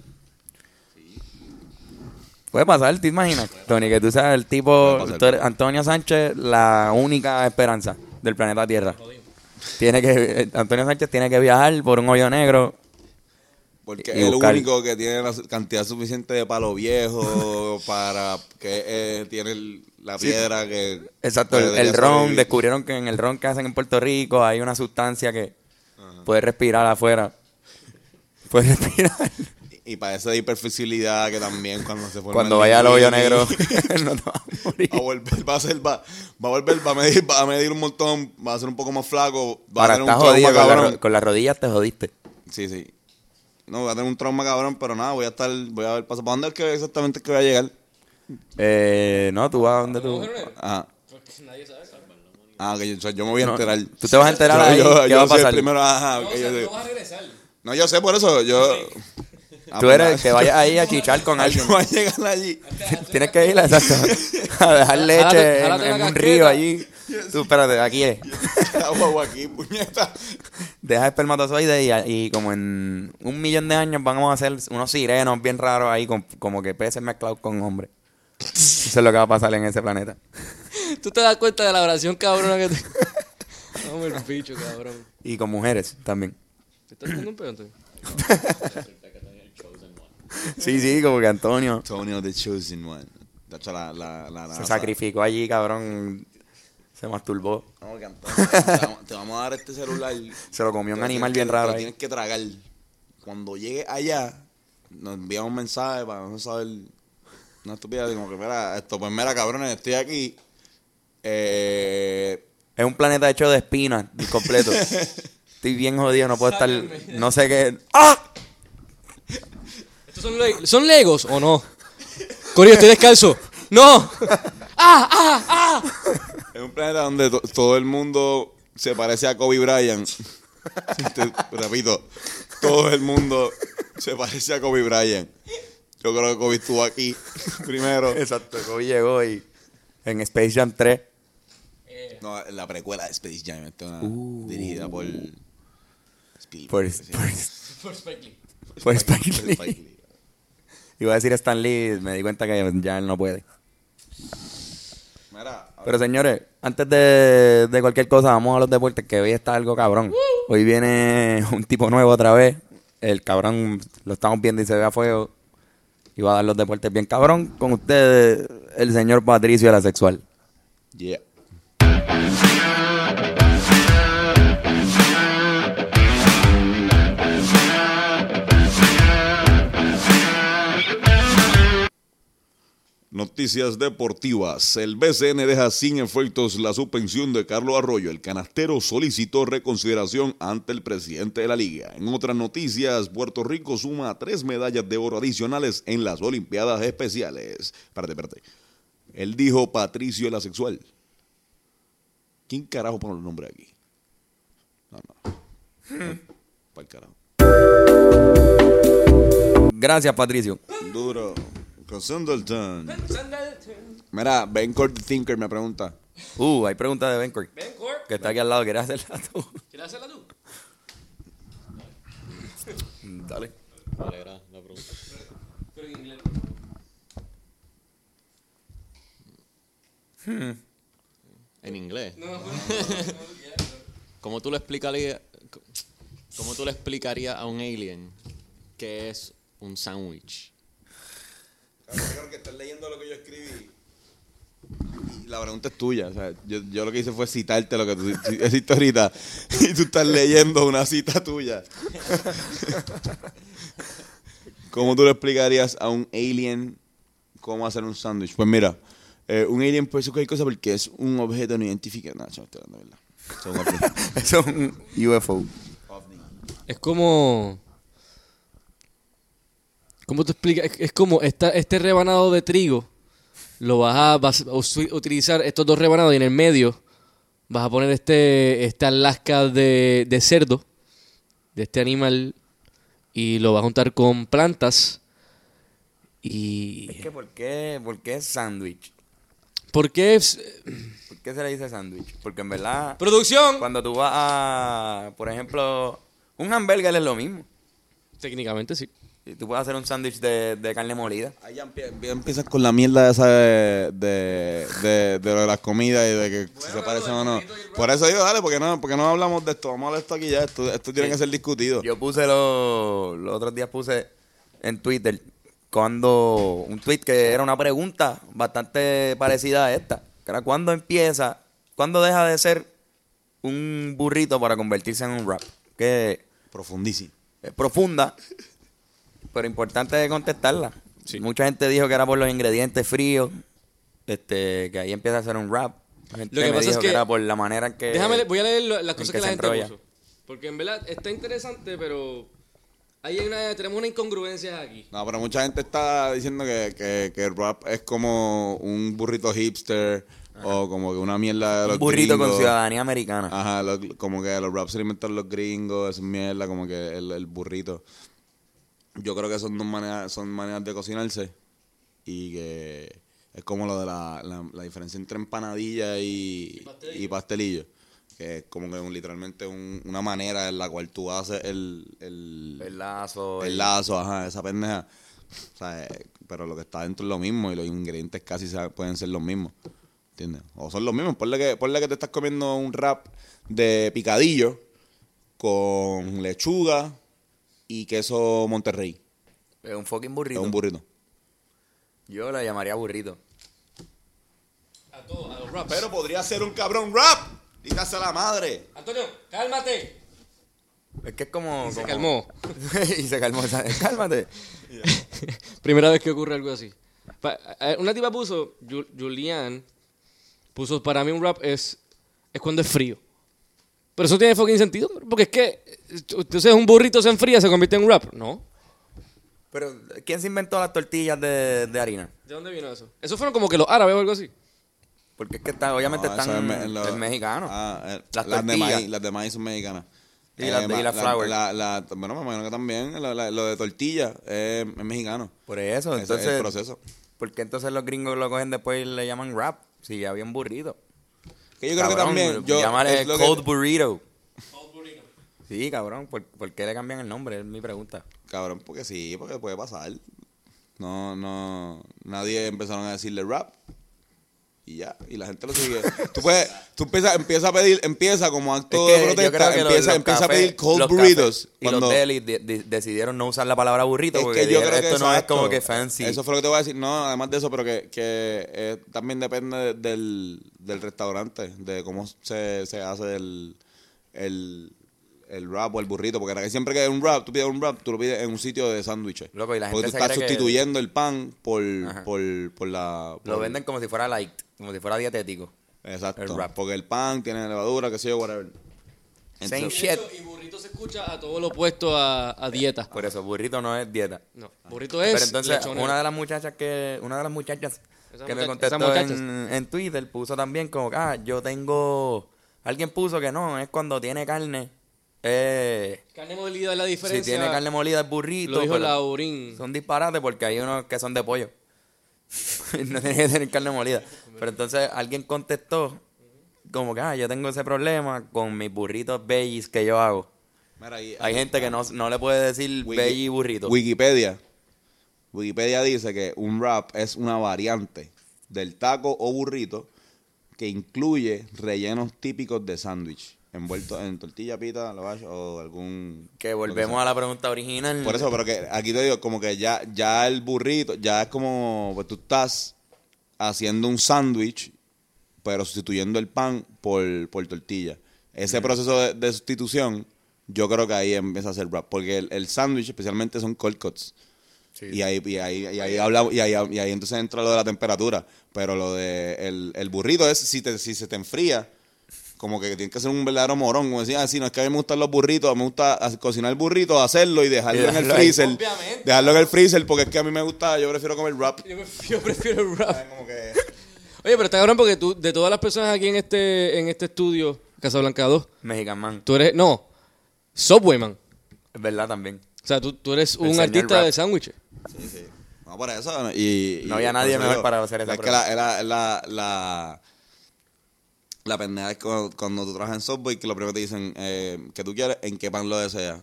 A: Puede pasar, ¿te imaginas? Tony, que tú seas el tipo,
B: Puede pasar.
A: tú eres Antonio Sánchez, la única esperanza del planeta Tierra. Tiene que, eh, Antonio Sánchez tiene que viajar por un hoyo negro.
B: Porque
A: Y
B: es el
A: buscar-
B: único que tiene la su- cantidad suficiente de palo viejo (laughs) para que eh, tiene el- la piedra que...
A: Exacto, el,
B: debería
A: el ron,
B: sobrevivir.
A: descubrieron que en el ron que hacen en Puerto Rico hay una sustancia que puede respirar afuera. Puede respirar.
B: Y, y padece de hiperflexibilidad que también cuando se forma
A: Cuando
B: el
A: vaya al hoyo
B: bikini,
A: negro, (laughs) no te vas a morir.
B: Va a volver, va a ser, va, va a volver, va a medir, va a medir un montón, va a ser un poco más flaco, va
A: Ahora
B: a tener
A: estás
B: un trauma
A: jodido, con, la
B: cabrón.
A: ro- con las rodillas te jodiste.
B: Sí, sí. No, va a tener un trauma cabrón, pero nada, voy a estar, voy a ver paso. ¿Para dónde es que exactamente es que voy a llegar?
A: Eh, no, tú vas a donde tú.
B: Ajá. Ah, que yo, o sea, yo me voy a
A: No,
B: enterar.
A: tú te vas a enterar
B: Yo-
A: ahí,
B: yo,
A: ¿qué
B: yo
A: va a
B: soy el
A: pasar?
B: primero, ajá, ok, yo sé.
E: vas a regresar.
B: No, yo sé por eso, yo... Ah,
A: Tú
B: pues
A: eres
B: nada.
A: que vayas
B: (laughs)
A: ahí a chichar con alguien.
B: Yo voy a llegar allí.
A: (laughs) Tienes que ir a, exacto, a dejar
E: Jálate-
A: leche en,
E: jálate la
A: en un
E: casqueta.
A: río allí. Tú, espérate, aquí es.
B: La guagua aquí, puñeta.
A: Deja espermatozoides y, a- y como en un millón de años vamos a hacer unos sirenos bien raros ahí, con- como que peces mezclados con hombres. Eso es lo que va a pasar en ese planeta.
E: Tú te das cuenta de la oración cabrona que te. (laughs) Vamos el bicho, cabrón.
A: Y con mujeres también.
E: ¿Te estás dando un pedo?
A: Sí, sí, como que Antonio
B: Antonio the Chosen One. De hecho, la... la, la,
A: se sacrificó allí, cabrón. Se masturbó.
B: No, que Antonio, te vamos- te vamos a dar este celular.
A: Se lo comió un
B: Te lo
A: animal
B: tienes
A: bien
B: que-
A: raro
B: te lo
A: ahí.
B: tienes que tragar. Cuando llegue allá, nos envía un mensaje para no saber. Una estupidez, como que, mira, esto, pues mira, cabrones, estoy aquí. Eh,
A: Es un planeta hecho de espinas (laughs) del completo. Estoy bien jodido, no puedo estar. No sé qué. ¡Ah!
E: ¿Estos son, le- son legos o no? Corio, estoy descalzo. ¡No!
B: es un planeta donde to- todo el mundo se parece a Kobe Bryant. (laughs) Te- repito, todo el mundo se parece a Kobe Bryant. Yo creo que Kobe estuvo aquí (laughs) primero.
A: Exacto, Kobe llegó y. En Space Jam 3.
B: No, la precuela de Space Jam, esta es una dirigida por
A: Uh.
B: Spielberg.
A: Por,
B: sí.
A: Pues por, por Spike Lee.
B: Spike Lee.
A: Iba a decir Stan Lee, me di cuenta que ya él no puede.
B: Mira,
A: Pero señores, antes de, de cualquier cosa, vamos a los deportes, que hoy está algo cabrón. Hoy viene (laughs) un tipo nuevo otra vez. El cabrón lo estamos viendo y se ve a fuego. Y va a dar los deportes bien cabrón. Con ustedes, el señor Patricio de la Sexual.
B: yeah. Noticias deportivas. El BCN deja sin efectos la suspensión de Carlos Arroyo. El canastero solicitó reconsideración ante el presidente de la liga. En otras noticias, Puerto Rico suma tres medallas de oro adicionales en las Olimpiadas Especiales. Espérate, espérate. Él dijo Patricio el asexual. ¿Quién carajo pone los nombres aquí? No, no. Para el carajo.
A: Gracias, Patricio.
B: Duro. Con Sandalton. Mira, Ben Court Thinker me pregunta.
A: Uh, hay pregunta de Bencourt, que está aquí al lado. ¿Quieres hacerla tú?
E: ¿Quieres hacerla tú?
A: (laughs) Dale.
F: ¿Cuál era la pregunta?
E: Pero en inglés.
F: En inglés. ¿Cómo tú le explicarías, cómo tú le explicarías a un alien que es un sándwich?
B: Creo que estás leyendo lo que yo escribí. Y la pregunta es tuya. O sea, yo, yo lo que hice fue citarte lo que tú hiciste ahorita. (laughs) Y tú estás leyendo una cita tuya. (laughs) ¿Cómo tú le explicarías a un alien cómo hacer un sándwich? Pues mira, eh, un alien puede ser cualquier cosa porque es un objeto no identificado. No, yo estoy hablando, ¿verdad? Son (laughs) ovnis.
A: Eso es un UFO.
E: Es como. ¿Cómo te explicas? Es, es como esta- este rebanado de trigo. Lo vas a, vas a usi- utilizar estos dos rebanados y en el medio vas a poner este esta lasca de, de cerdo, de este animal, y lo vas a juntar con plantas. Y.
A: Es que, ¿por qué, por qué sándwich?
E: ¿Por qué? es-
A: ¿Por qué se le dice sándwich? Porque en verdad,
E: Producción.
A: cuando tú vas a, por ejemplo, un hamburger es lo mismo.
E: Técnicamente sí.
A: Y Tú puedes hacer un sándwich de, de carne molida.
B: Ahí ya empie- ya empiezas con la mierda esa de, de, de, de lo de las comidas y de que si se parecen o no. Por eso digo, dale, porque no, porque no hablamos de esto. Vamos a hablar de esto aquí ya. Esto, esto tiene que ser discutido.
A: Yo puse lo, los otros días puse en Twitter cuando un tweet que era una pregunta bastante parecida a esta, que era cuándo empieza, cuándo deja de ser un burrito para convertirse en un rap, que
B: Profundísimo.
A: es eh, profunda, pero importante de contestarla. Mucha gente dijo que era por los ingredientes fríos, este, que ahí empieza a ser un rap. La gente
E: Lo que
A: me
E: pasa es
A: dijo
E: que-
A: era por la manera en que
E: Déjame, le- voy a leer lo-
A: en
E: las cosas
A: que
E: que, la
A: se
E: gente
A: enrolla.
E: puso. Porque en verdad está interesante, pero ahí hay una, tenemos una incongruencia aquí.
B: No, pero mucha gente está diciendo que, que, que el rap es como un burrito hipster o como que una mierda de los
A: un burrito con
B: gringos. Ah,
A: ciudadanía americana.
B: Ajá, lo- como que los raps se inventan los gringos, esa mierda, como que el, el burrito. Yo creo que son dos maneras, son maneras de cocinarse y que es como lo de la, la- la diferencia entre empanadilla y, y pastelillo. Que es como que un- literalmente un- una manera en la cual tú haces el, el,
A: El lazo.
B: el lazo, ajá, esa pendeja. O sea, eh, pero lo que está dentro es lo mismo y los ingredientes casi se- pueden ser los mismos. ¿Entiendes? O son los mismos. Ponle que, ponle que te estás comiendo un wrap de picadillo con lechuga y queso Monterrey.
A: Es un fucking
B: Es
A: burrito.
B: un burrito.
A: Yo la llamaría burrito.
E: A todos, a los raps.
B: Pero podría ser un cabrón rap. Dígase a la madre.
E: Antonio, cálmate.
A: Es que es como.
E: Se
A: como-
E: calmó.
A: (laughs) y se calmó. o sea, Cálmate.
E: Primera vez que ocurre algo así. Pa- eh, Una tipa puso, Ju- Julian, puso, para mí un rap es, es cuando es frío. Pero eso tiene fucking sentido, porque es que, eh, entonces un burrito se enfría, se convierte en un rap. No.
A: Pero, ¿quién se inventó las tortillas de, de harina?
E: ¿De dónde vino eso? Eso fueron como que los árabes o algo así.
A: Porque es que está, obviamente
B: No, eso
A: están.
B: es me- lo-
A: es mexicano.
B: Ah, eh,
A: Las
B: las, de
A: tortillas.
B: maíz, las de maíz son mexicanas. Eh,
A: Y las de- y
B: ma-
A: las flour.
B: la- la- bueno, me imagino que también la- la- lo de tortilla eh, es mexicano.
A: Por eso,
B: Ese
A: entonces.
B: es el proceso.
A: ¿Por qué entonces los gringos lo cogen después y le llaman rap? Si ya había un burrito.
B: Que yo creo
A: Cabrón,
B: que también. Yo,
A: Llámale
B: es lo que-
A: cold burrito. Sí, cabrón. ¿por, por qué le cambian el nombre? Es mi pregunta.
B: Cabrón, porque sí, porque puede pasar. No, no. Nadie empezaron a decirle rap. Y ya, y la gente lo sigue. tú puedes, tú empiezas empieza a pedir, empieza como acto
A: Es que
B: de
A: yo creo
B: protesta,
A: que los-
B: empieza,
A: los
B: empieza
A: cafés-
B: a pedir cold
A: los
B: burritos.
A: cafés Y los delis de- de- decidieron no usar la palabra burrito
B: Es
A: porque
B: que yo
A: dijeron,
B: creo que
A: esto no es
B: exacto.
A: como que fancy.
B: Eso fue lo que te voy a decir. No, además de eso, pero que, que eh, también depende de- del, del restaurante, de cómo se, se hace el, el, el wrap o el burrito. Porque que siempre que hay un wrap, tú pides un wrap, tú lo pides en un sitio de sándwiches.
A: Loco, y la
B: Porque
A: gente
B: tú
A: se
B: estás
A: cree que-
B: sustituyendo el pan por,
A: Ajá.
B: por, por la...
A: Lo
B: por-
A: venden como si fuera light, como si fuera dietético.
B: Exacto.
A: el wrap.
B: Porque el pan tiene levadura, qué sé yo, whatever.
A: Same
B: Entonces-
A: shit.
E: Y burrito se escucha a todo lo opuesto a, a dieta.
A: Por eso, burrito no es dieta.
E: No, burrito es
A: Ah. Pero entonces,
E: lechonero.
A: una de las muchachas que, una de las muchachas
E: Esas
A: que
E: muchach-
A: me contestó
E: esas muchachas.
A: en, en Twitter puso también como, ah, yo tengo, alguien puso que no, es cuando tiene carne, eh,
E: Carne molida es la diferencia.
A: si tiene carne molida es burrito.
E: Lo dijo
A: pero
E: Laurín.
A: Son disparates porque hay unos que son de pollo. (laughs) no tiene que tener carne molida. Pero entonces alguien contestó como que, ah, yo tengo ese problema con mis burritos veggies que yo hago.
B: Mira, ahí-
A: Hay gente que no, no le puede decir
B: Wiki-
A: veggie y burrito.
B: Wikipedia. Wikipedia dice que un wrap es una variante del taco o burrito que incluye rellenos típicos de sándwich, envueltos en tortilla, pita, lavash o algún...
A: Que volvemos a la pregunta original.
B: Por eso, pero que aquí te digo, como que ya, ya el burrito, ya es como, pues tú estás haciendo un sándwich, pero sustituyendo el pan por, por tortilla. Ese proceso de, de sustitución, yo creo que ahí empieza a ser wrap, porque el, el sándwich especialmente son cold cuts. Y ahí, y ahí, y ahí hablamos, y ahí, y ahí entonces entra lo de la temperatura. Pero lo de el, el burrito es si te, si se te enfría, como que tienes que ser un verdadero morón. Como decía, si no es que a mí me gustan los burritos, me gusta ha- cocinar el burrito, hacerlo y dejarlo
A: Y
B: en el
A: dejarlo ahí.
B: freezer.
E: Obviamente.
B: Dejarlo en el freezer, porque es que a mí me gusta, yo prefiero comer wrap.
E: Yo pref- Yo prefiero el rap.
B: Como que
E: (laughs) Oye, pero está cabrón porque tú, de todas las personas aquí en este, en este estudio, Casablanca 2,
A: Mexican Man.
E: tú eres, no, Subwayman.
A: Es verdad también.
E: O sea, tú, tú eres un
A: señor
E: artista
A: rap.
E: de sándwiches.
B: No, por eso. ¿no? Y,
A: No
B: y-
A: había
B: por
A: nadie
B: eso
A: mejor
B: digo,
A: para hacer esa
B: Es que
A: prueba.
B: la, la, la, la, la pendeja es cuando, cuando tú trabajas en software que lo primero te dicen eh, que tú quieres, en qué pan lo deseas.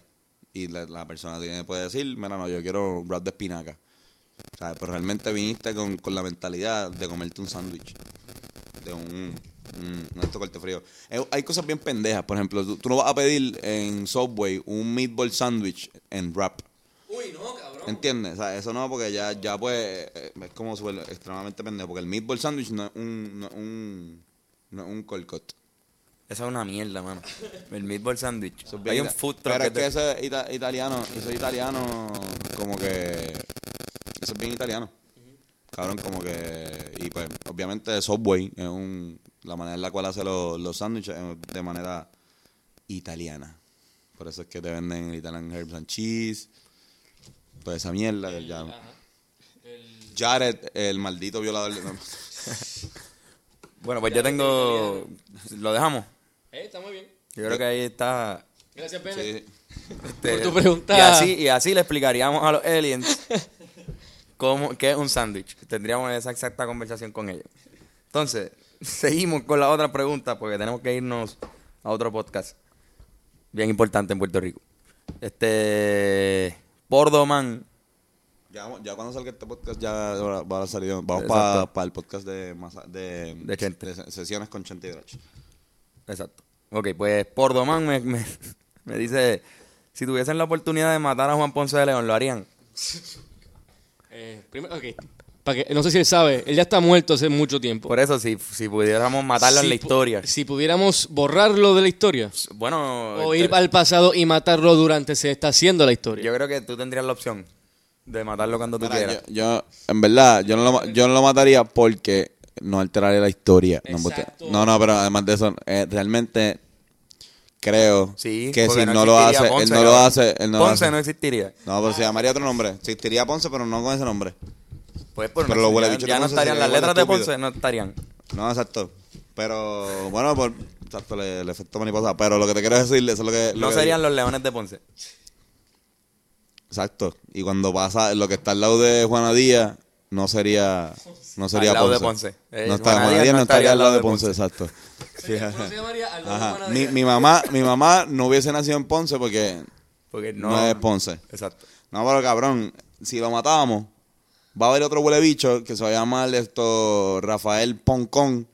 B: Y la, la persona tiene, puede decir, mira, no, yo quiero un wrap de espinaca. O sea, pero realmente viniste con, con la mentalidad de comerte un sándwich. De un, un, un esto corte frío. Eh, hay cosas bien pendejas. Por ejemplo, tú, tú no vas a pedir en Subway un meatball sándwich en wrap.
E: Uy, no, cabrón.
B: ¿Entiendes? O sea, eso no, porque ya, ya pues, eh, es como súper extremadamente pendejo. Porque el meatball sandwich no es un, no es un, no es un cold cut.
A: Esa es una mierda,
B: (laughs)
A: mano. El meatball sandwich.
B: Eso es bien
A: Hay un
B: ita-
A: food truck
B: Pero es
A: que
B: que
A: te-
B: eso es ita- italiano, eso es italiano, como que, eso es bien italiano. Cabrón, como que, y pues, obviamente Subway es un, la manera en la cual hace los, los sándwiches eh, de manera italiana. Por eso es que te venden el Italian Herbs and Cheese, toda esa mierda que ya... Jared, el maldito violador. de- (laughs) no.
A: Bueno, pues yo tengo... Lo dejamos.
E: Eh, está muy bien.
A: Yo creo que ahí está...
E: Gracias, Pene.
B: Sí.
A: este,
E: Por tu pregunta.
A: Y así, y así le explicaríamos a los aliens cómo, qué es un sándwich. Tendríamos esa exacta conversación con ellos. Entonces, seguimos con la otra pregunta porque tenemos que irnos a otro podcast bien importante en Puerto Rico. Este... Pordoman.
B: Ya, vamos- ya cuando salga este podcast ya ahora va a salir. Vamos para
A: Exacto.
B: el podcast de, masa- de,
A: De Chente.
B: de se- sesiones con Chente y Drach.
A: Exacto. Ok, pues Pordomán me, me, (laughs) me dice, si tuviesen la oportunidad de matar a Juan Ponce de León, ¿lo harían?
E: Eh, primero, ok. Pa' que, no sé si él sabe, él ya está muerto hace mucho tiempo.
A: Por eso, si, si pudiéramos matarlo
E: Si
A: en la
E: pu-
A: historia.
E: Si pudiéramos borrarlo de la historia.
A: Bueno,
E: O
A: este,
E: ir al pasado y matarlo durante se está haciendo la historia.
A: yo creo que tú tendrías la opción de matarlo cuando tú
B: Mira,
A: quieras.
B: yo, yo, en verdad, yo no, lo, ma- yo no lo mataría porque no alteraría la historia. No,
E: Exacto.
B: no, no, pero además de eso, eh, realmente creo
A: Sí,
B: que
A: porque
B: si no, lo hace,
A: existiría Ponce,
B: él no lo
A: cabrón.
B: hace, él no lo
A: Ponce
B: hace.
A: no existiría.
B: No, pero se llamaría otro nombre. Existiría Ponce, pero no con ese nombre.
A: Pues por
B: Pero
A: no-
B: los
A: ya,
B: huelebichos
A: ya
B: de
A: no
B: Ponce
A: estarían
B: serían
A: las letras de
B: igual de
A: Ponce, no estarían.
B: No, exacto. Pero bueno, por, exacto, le- el, efecto mariposa. Pero lo que te quiero decir, eso es lo que. lo
A: No
B: que-
A: serían los leones de Ponce.
B: Exacto. Y cuando pasa lo que está al lado de Juana Díaz, no sería. No sería
A: Al lado de
B: Ponce.
A: Ponce. Eh,
B: no está,
A: Juana
B: Juana
A: Díaz
B: Díaz no estaría al lado de Ponce,
E: (laughs)
B: exacto. Sí,
E: ¿Cómo se llamaría? Al lado de
B: ajá.
E: Juana
B: Mi,
E: Díaz.
B: mi mamá, mi mamá no hubiese nacido en Ponce porque
A: Porque no,
B: no, es Ponce.
A: Exacto.
B: No, pero cabrón, si lo matábamos, va a haber otro huele bicho que se va a llamar esto Rafael Poncón.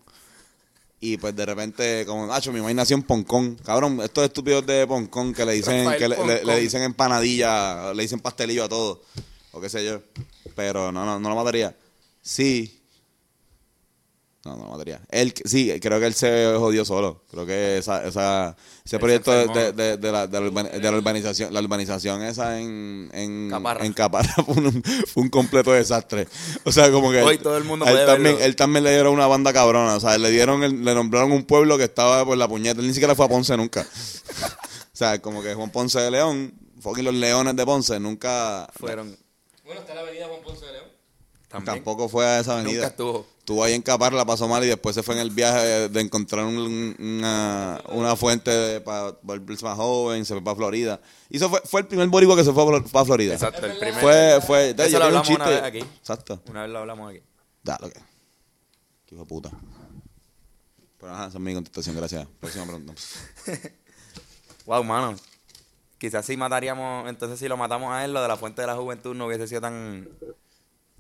B: Y pues de repente, como, Nacho, mi mamá nació en Poncón. Cabrón, estos estúpidos de Poncón que le dicen,
A: Rafael
B: que le, le-
A: Poncón.
B: le dicen empanadilla, le dicen pastelillo a todo. O qué sé yo. Pero no, no, no lo mataría. Sí. No, no lo mataría. Él, sí, creo que él se jodió solo. Creo que esa, esa, ese proyecto de,
A: enfermó.
B: de- de- de la, de la urban- de la urbanización, la urbanización esa en, en
A: Caparra.
B: en Caparra (laughs) fue un, fue un completo desastre. O sea, como que
A: Hoy
B: él-
A: todo el mundo
B: a él
A: puede
B: también,
A: verlo.
B: él también le dieron una banda cabrona, o sea, le dieron el- le nombraron un pueblo que estaba por la puñeta, él ni siquiera fue a Ponce nunca. (laughs) o sea, como que Juan Ponce de León, fucking los leones de Ponce nunca
A: Fueron.
E: Bueno, está la avenida Juan Ponce de León.
A: También.
B: tampoco fue a esa avenida.
A: Nunca estuvo.
B: Estuvo ahí en Caparra, la pasó mal y después se fue en el viaje de, de encontrar un- una, una fuente para volverse más joven, se fue para Florida. Y eso fue, fue el primer boricua que se fue para Florida.
A: Exacto, el primer.
B: Fue, fue,
A: Eso
B: yo
A: lo
B: tengo un
A: hablamos una
B: chiste.
A: vez aquí.
B: Exacto.
A: Una vez lo hablamos aquí.
B: Da, lo que. Qué hijo de puta. Pero ajá, esa es mi contestación, gracias. Próxima pregunta.
A: Wow, mano. Quizás si mataríamos, entonces si lo matamos a él, lo de la fuente de la juventud no hubiese sido tan,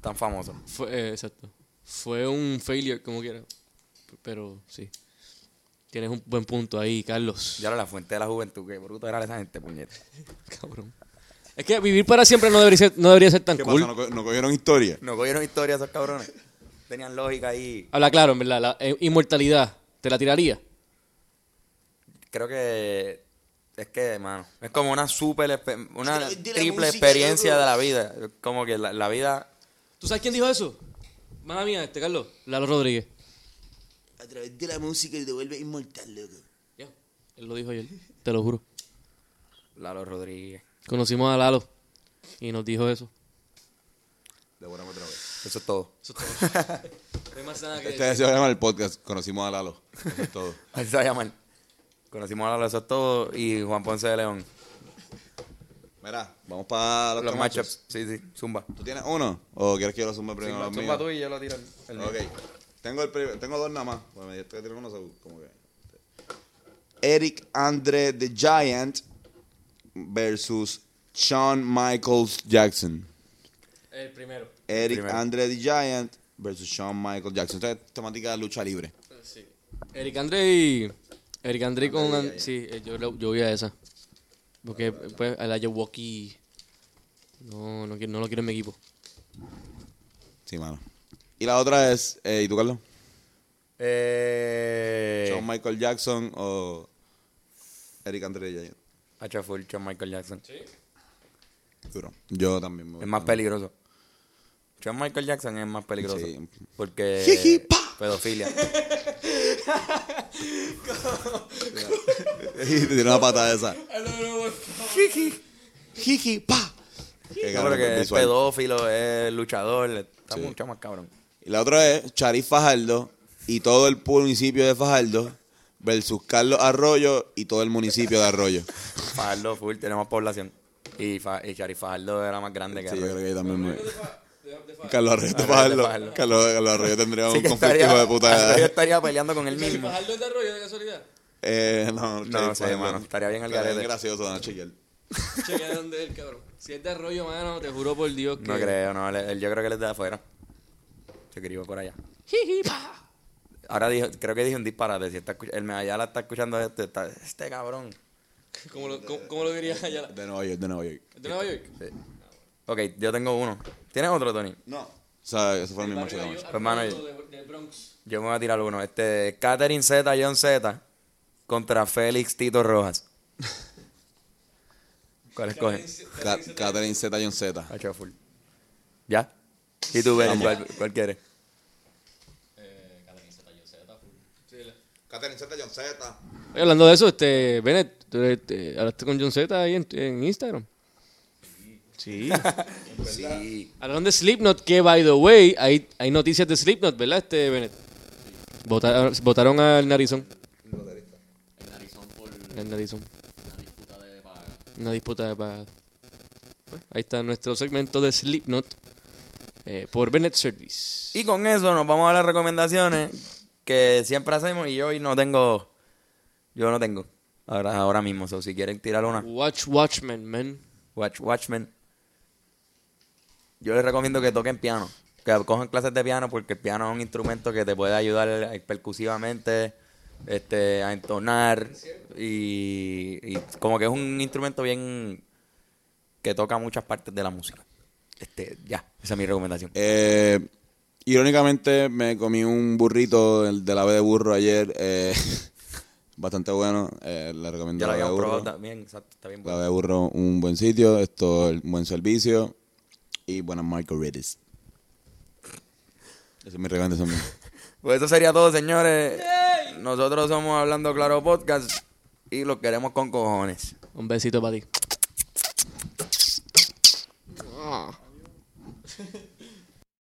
A: tan famoso.
E: Fue, eh, exacto. Fue un failure, como quiera. P- Pero sí. Tienes un buen punto ahí, Carlos.
A: Ya lo de la fuente de la juventud, qué bruto era esa gente, puñeta.
E: (laughs) Cabrón. Es que vivir para siempre no debería ser, no debería ser tan
B: ¿Qué
E: cool.
B: pasa? ¿No, co- no cogieron historia?
A: No cogieron historia esos cabrones. Tenían lógica ahí.
E: Habla claro, en verdad. La eh, inmortalidad. ¿Te la tiraría?
A: Creo que es que, mano, es como una super, espe- una
B: Dile- dile
A: triple
B: música,
A: experiencia
B: loco.
A: de la vida. Como que la, la vida,
E: ¿Tú sabes quién dijo eso? Mala mía, este Carlos. Lalo Rodríguez.
B: A través de la música y te vuelve inmortal, loco.
E: Ya. Él lo dijo ayer. Te lo juro.
A: Lalo Rodríguez.
E: Conocimos a Lalo. Y nos dijo eso.
B: Devoramos otra vez.
A: Eso es todo.
E: No hay más nada
B: Este deseo se llama el podcast. Conocimos a Lalo. Eso es todo.
A: Así se va a llamar. Conocimos a Lalo, eso es todo. Y Juan Ponce de León.
B: Mira, vamos para los,
A: Los
B: camachos.
A: matchups. Sí, sí. Zumba.
B: ¿Tú tienes uno? ¿O quieres que yo lo zumbe primero? los míos?
A: y yo lo tiro.
B: Ok. Tengo, el pri- tengo dos nada más. Bueno, me dijiste que tengo uno, so- como que. Eric Andre the Giant versus Shawn Michaels Jackson.
E: El primero.
B: Eric
A: Primero.
B: Andre the Giant versus Shawn Michaels Jackson. Esta es temática de lucha libre.
E: Eric André y. Eric André con. An- Sí, eh, yo, la- yo voy a esa. Porque pues, a la Milwaukee. No, no, quiero- no lo quiero en mi equipo.
B: Sí, mano. Y la otra es. eh, ¿Y tú, Carlos?
A: Eh.
B: Shawn Michael Jackson o Eric Andre the Giant.
A: Hacha full, Shawn Michael Jackson.
B: Duro. Yo también me voy
A: Es más
B: con-
A: peligroso. Shawn Michael Jackson es más peligroso.
B: Sí.
A: Porque.
B: Jiji, pa. (laughs)
A: pedofilia.
B: y te tiró una patada esa.
F: Jiji, pa.
B: Que
A: Yo
B: cabrón,
A: creo que es
B: visual.
A: pedófilo, es luchador. Está
B: Sí.
A: mucho más cabrón.
B: Y la otra es Charif Fajardo y todo el municipio de Fajardo versus Carlos Arroyo y todo el municipio de Arroyo.
A: Fajardo full, tenemos población. Y, fa y Sharif Fajardo era más grande que
B: Sí, yo
A: Arroyo.
B: creo que yo también me... Carlos Arroyo de
A: Fajardo.
B: Fajardo. Carlos, Carlos Arroyo tendría un
A: Sí que
B: conflicto
A: estaría,
B: de puta.
A: Arroyo estaría peleando con él mismo.
E: ¿Bajarlo de arroyo de casualidad?
B: Eh, no, Charif
A: sí,
B: Fajardo.
A: mano, estaría bien al garete.
B: gracioso, no, chequear.
E: Chequea dónde es el cabrón. Si es de arroyo, mano, te juro por Dios que.
A: No creo, no. él- él- yo creo que él es de afuera. Se crió por allá. Ahora dijo, creo que dijo un disparate. Si está escuch- el Medallala está escuchando este, está- este cabrón.
E: ¿Cómo lo, cómo, cómo lo dirías allá?
B: De Nueva York, de Nueva York.
E: ¿De Nueva York?
A: Ok, yo tengo uno. ¿Tienes otro, Tony?
B: No. O sea, eso fue el mismo chequeo.
E: Yo
A: hermano,
E: arroyo de- del Bronx.
A: Yo me voy a tirar uno. Este, Catherine Z, John Z contra Félix Tito Rojas. ¿Cuál escogen?
B: Ca- Catherine Z. John Z.
A: Hacho full. ¿Ya? ¿Y tú, Benny,
B: Vamos.
A: cuál, cuál quieres?
B: Catherine Z. John Z.
E: Oye, hablando de eso, este, Bennett, tú eres, eh, hablaste con John Z ahí en, en Instagram. Sí.
A: Sí.
E: Hablaron de Slipknot, que by the way, hay, hay noticias de Slipknot, ¿verdad, este Bennett? Votaron, votaron al Narizón. El Narizón por. Una disputa de paga. Una disputa de paga. Bueno, ahí está nuestro segmento de Slipknot eh, por Bennett Service.
A: Y con eso nos vamos a las recomendaciones que siempre hacemos y yo hoy no tengo. Yo no tengo. Ahora, ahora mismo, so, si quieren tirar una.
E: Watch Watchmen, man.
A: Watch, Watchmen. Yo les recomiendo que toquen piano. Que cojan clases de piano porque el piano es un instrumento que te puede ayudar eh, percusivamente este, a entonar. Y, y como que es un instrumento bien. que toca muchas partes de la música. Este, ya, esa es mi recomendación.
B: Eh, irónicamente, me comí un burrito del, del ave de burro ayer. eh, (laughs) bastante bueno. eh, le recomiendo
A: Ya lo
B: el ave
A: habíamos
B: de burro.
A: probado también, exacto, está bien
B: La
A: bueno.
B: ave de burro, un buen sitio. Esto, el buen servicio. Y buenas margaritas. Esa es mi recomendación.
A: Pues eso sería todo, señores. Nosotros somos Hablando Claro Podcast y los queremos con cojones.
E: Un besito para ti.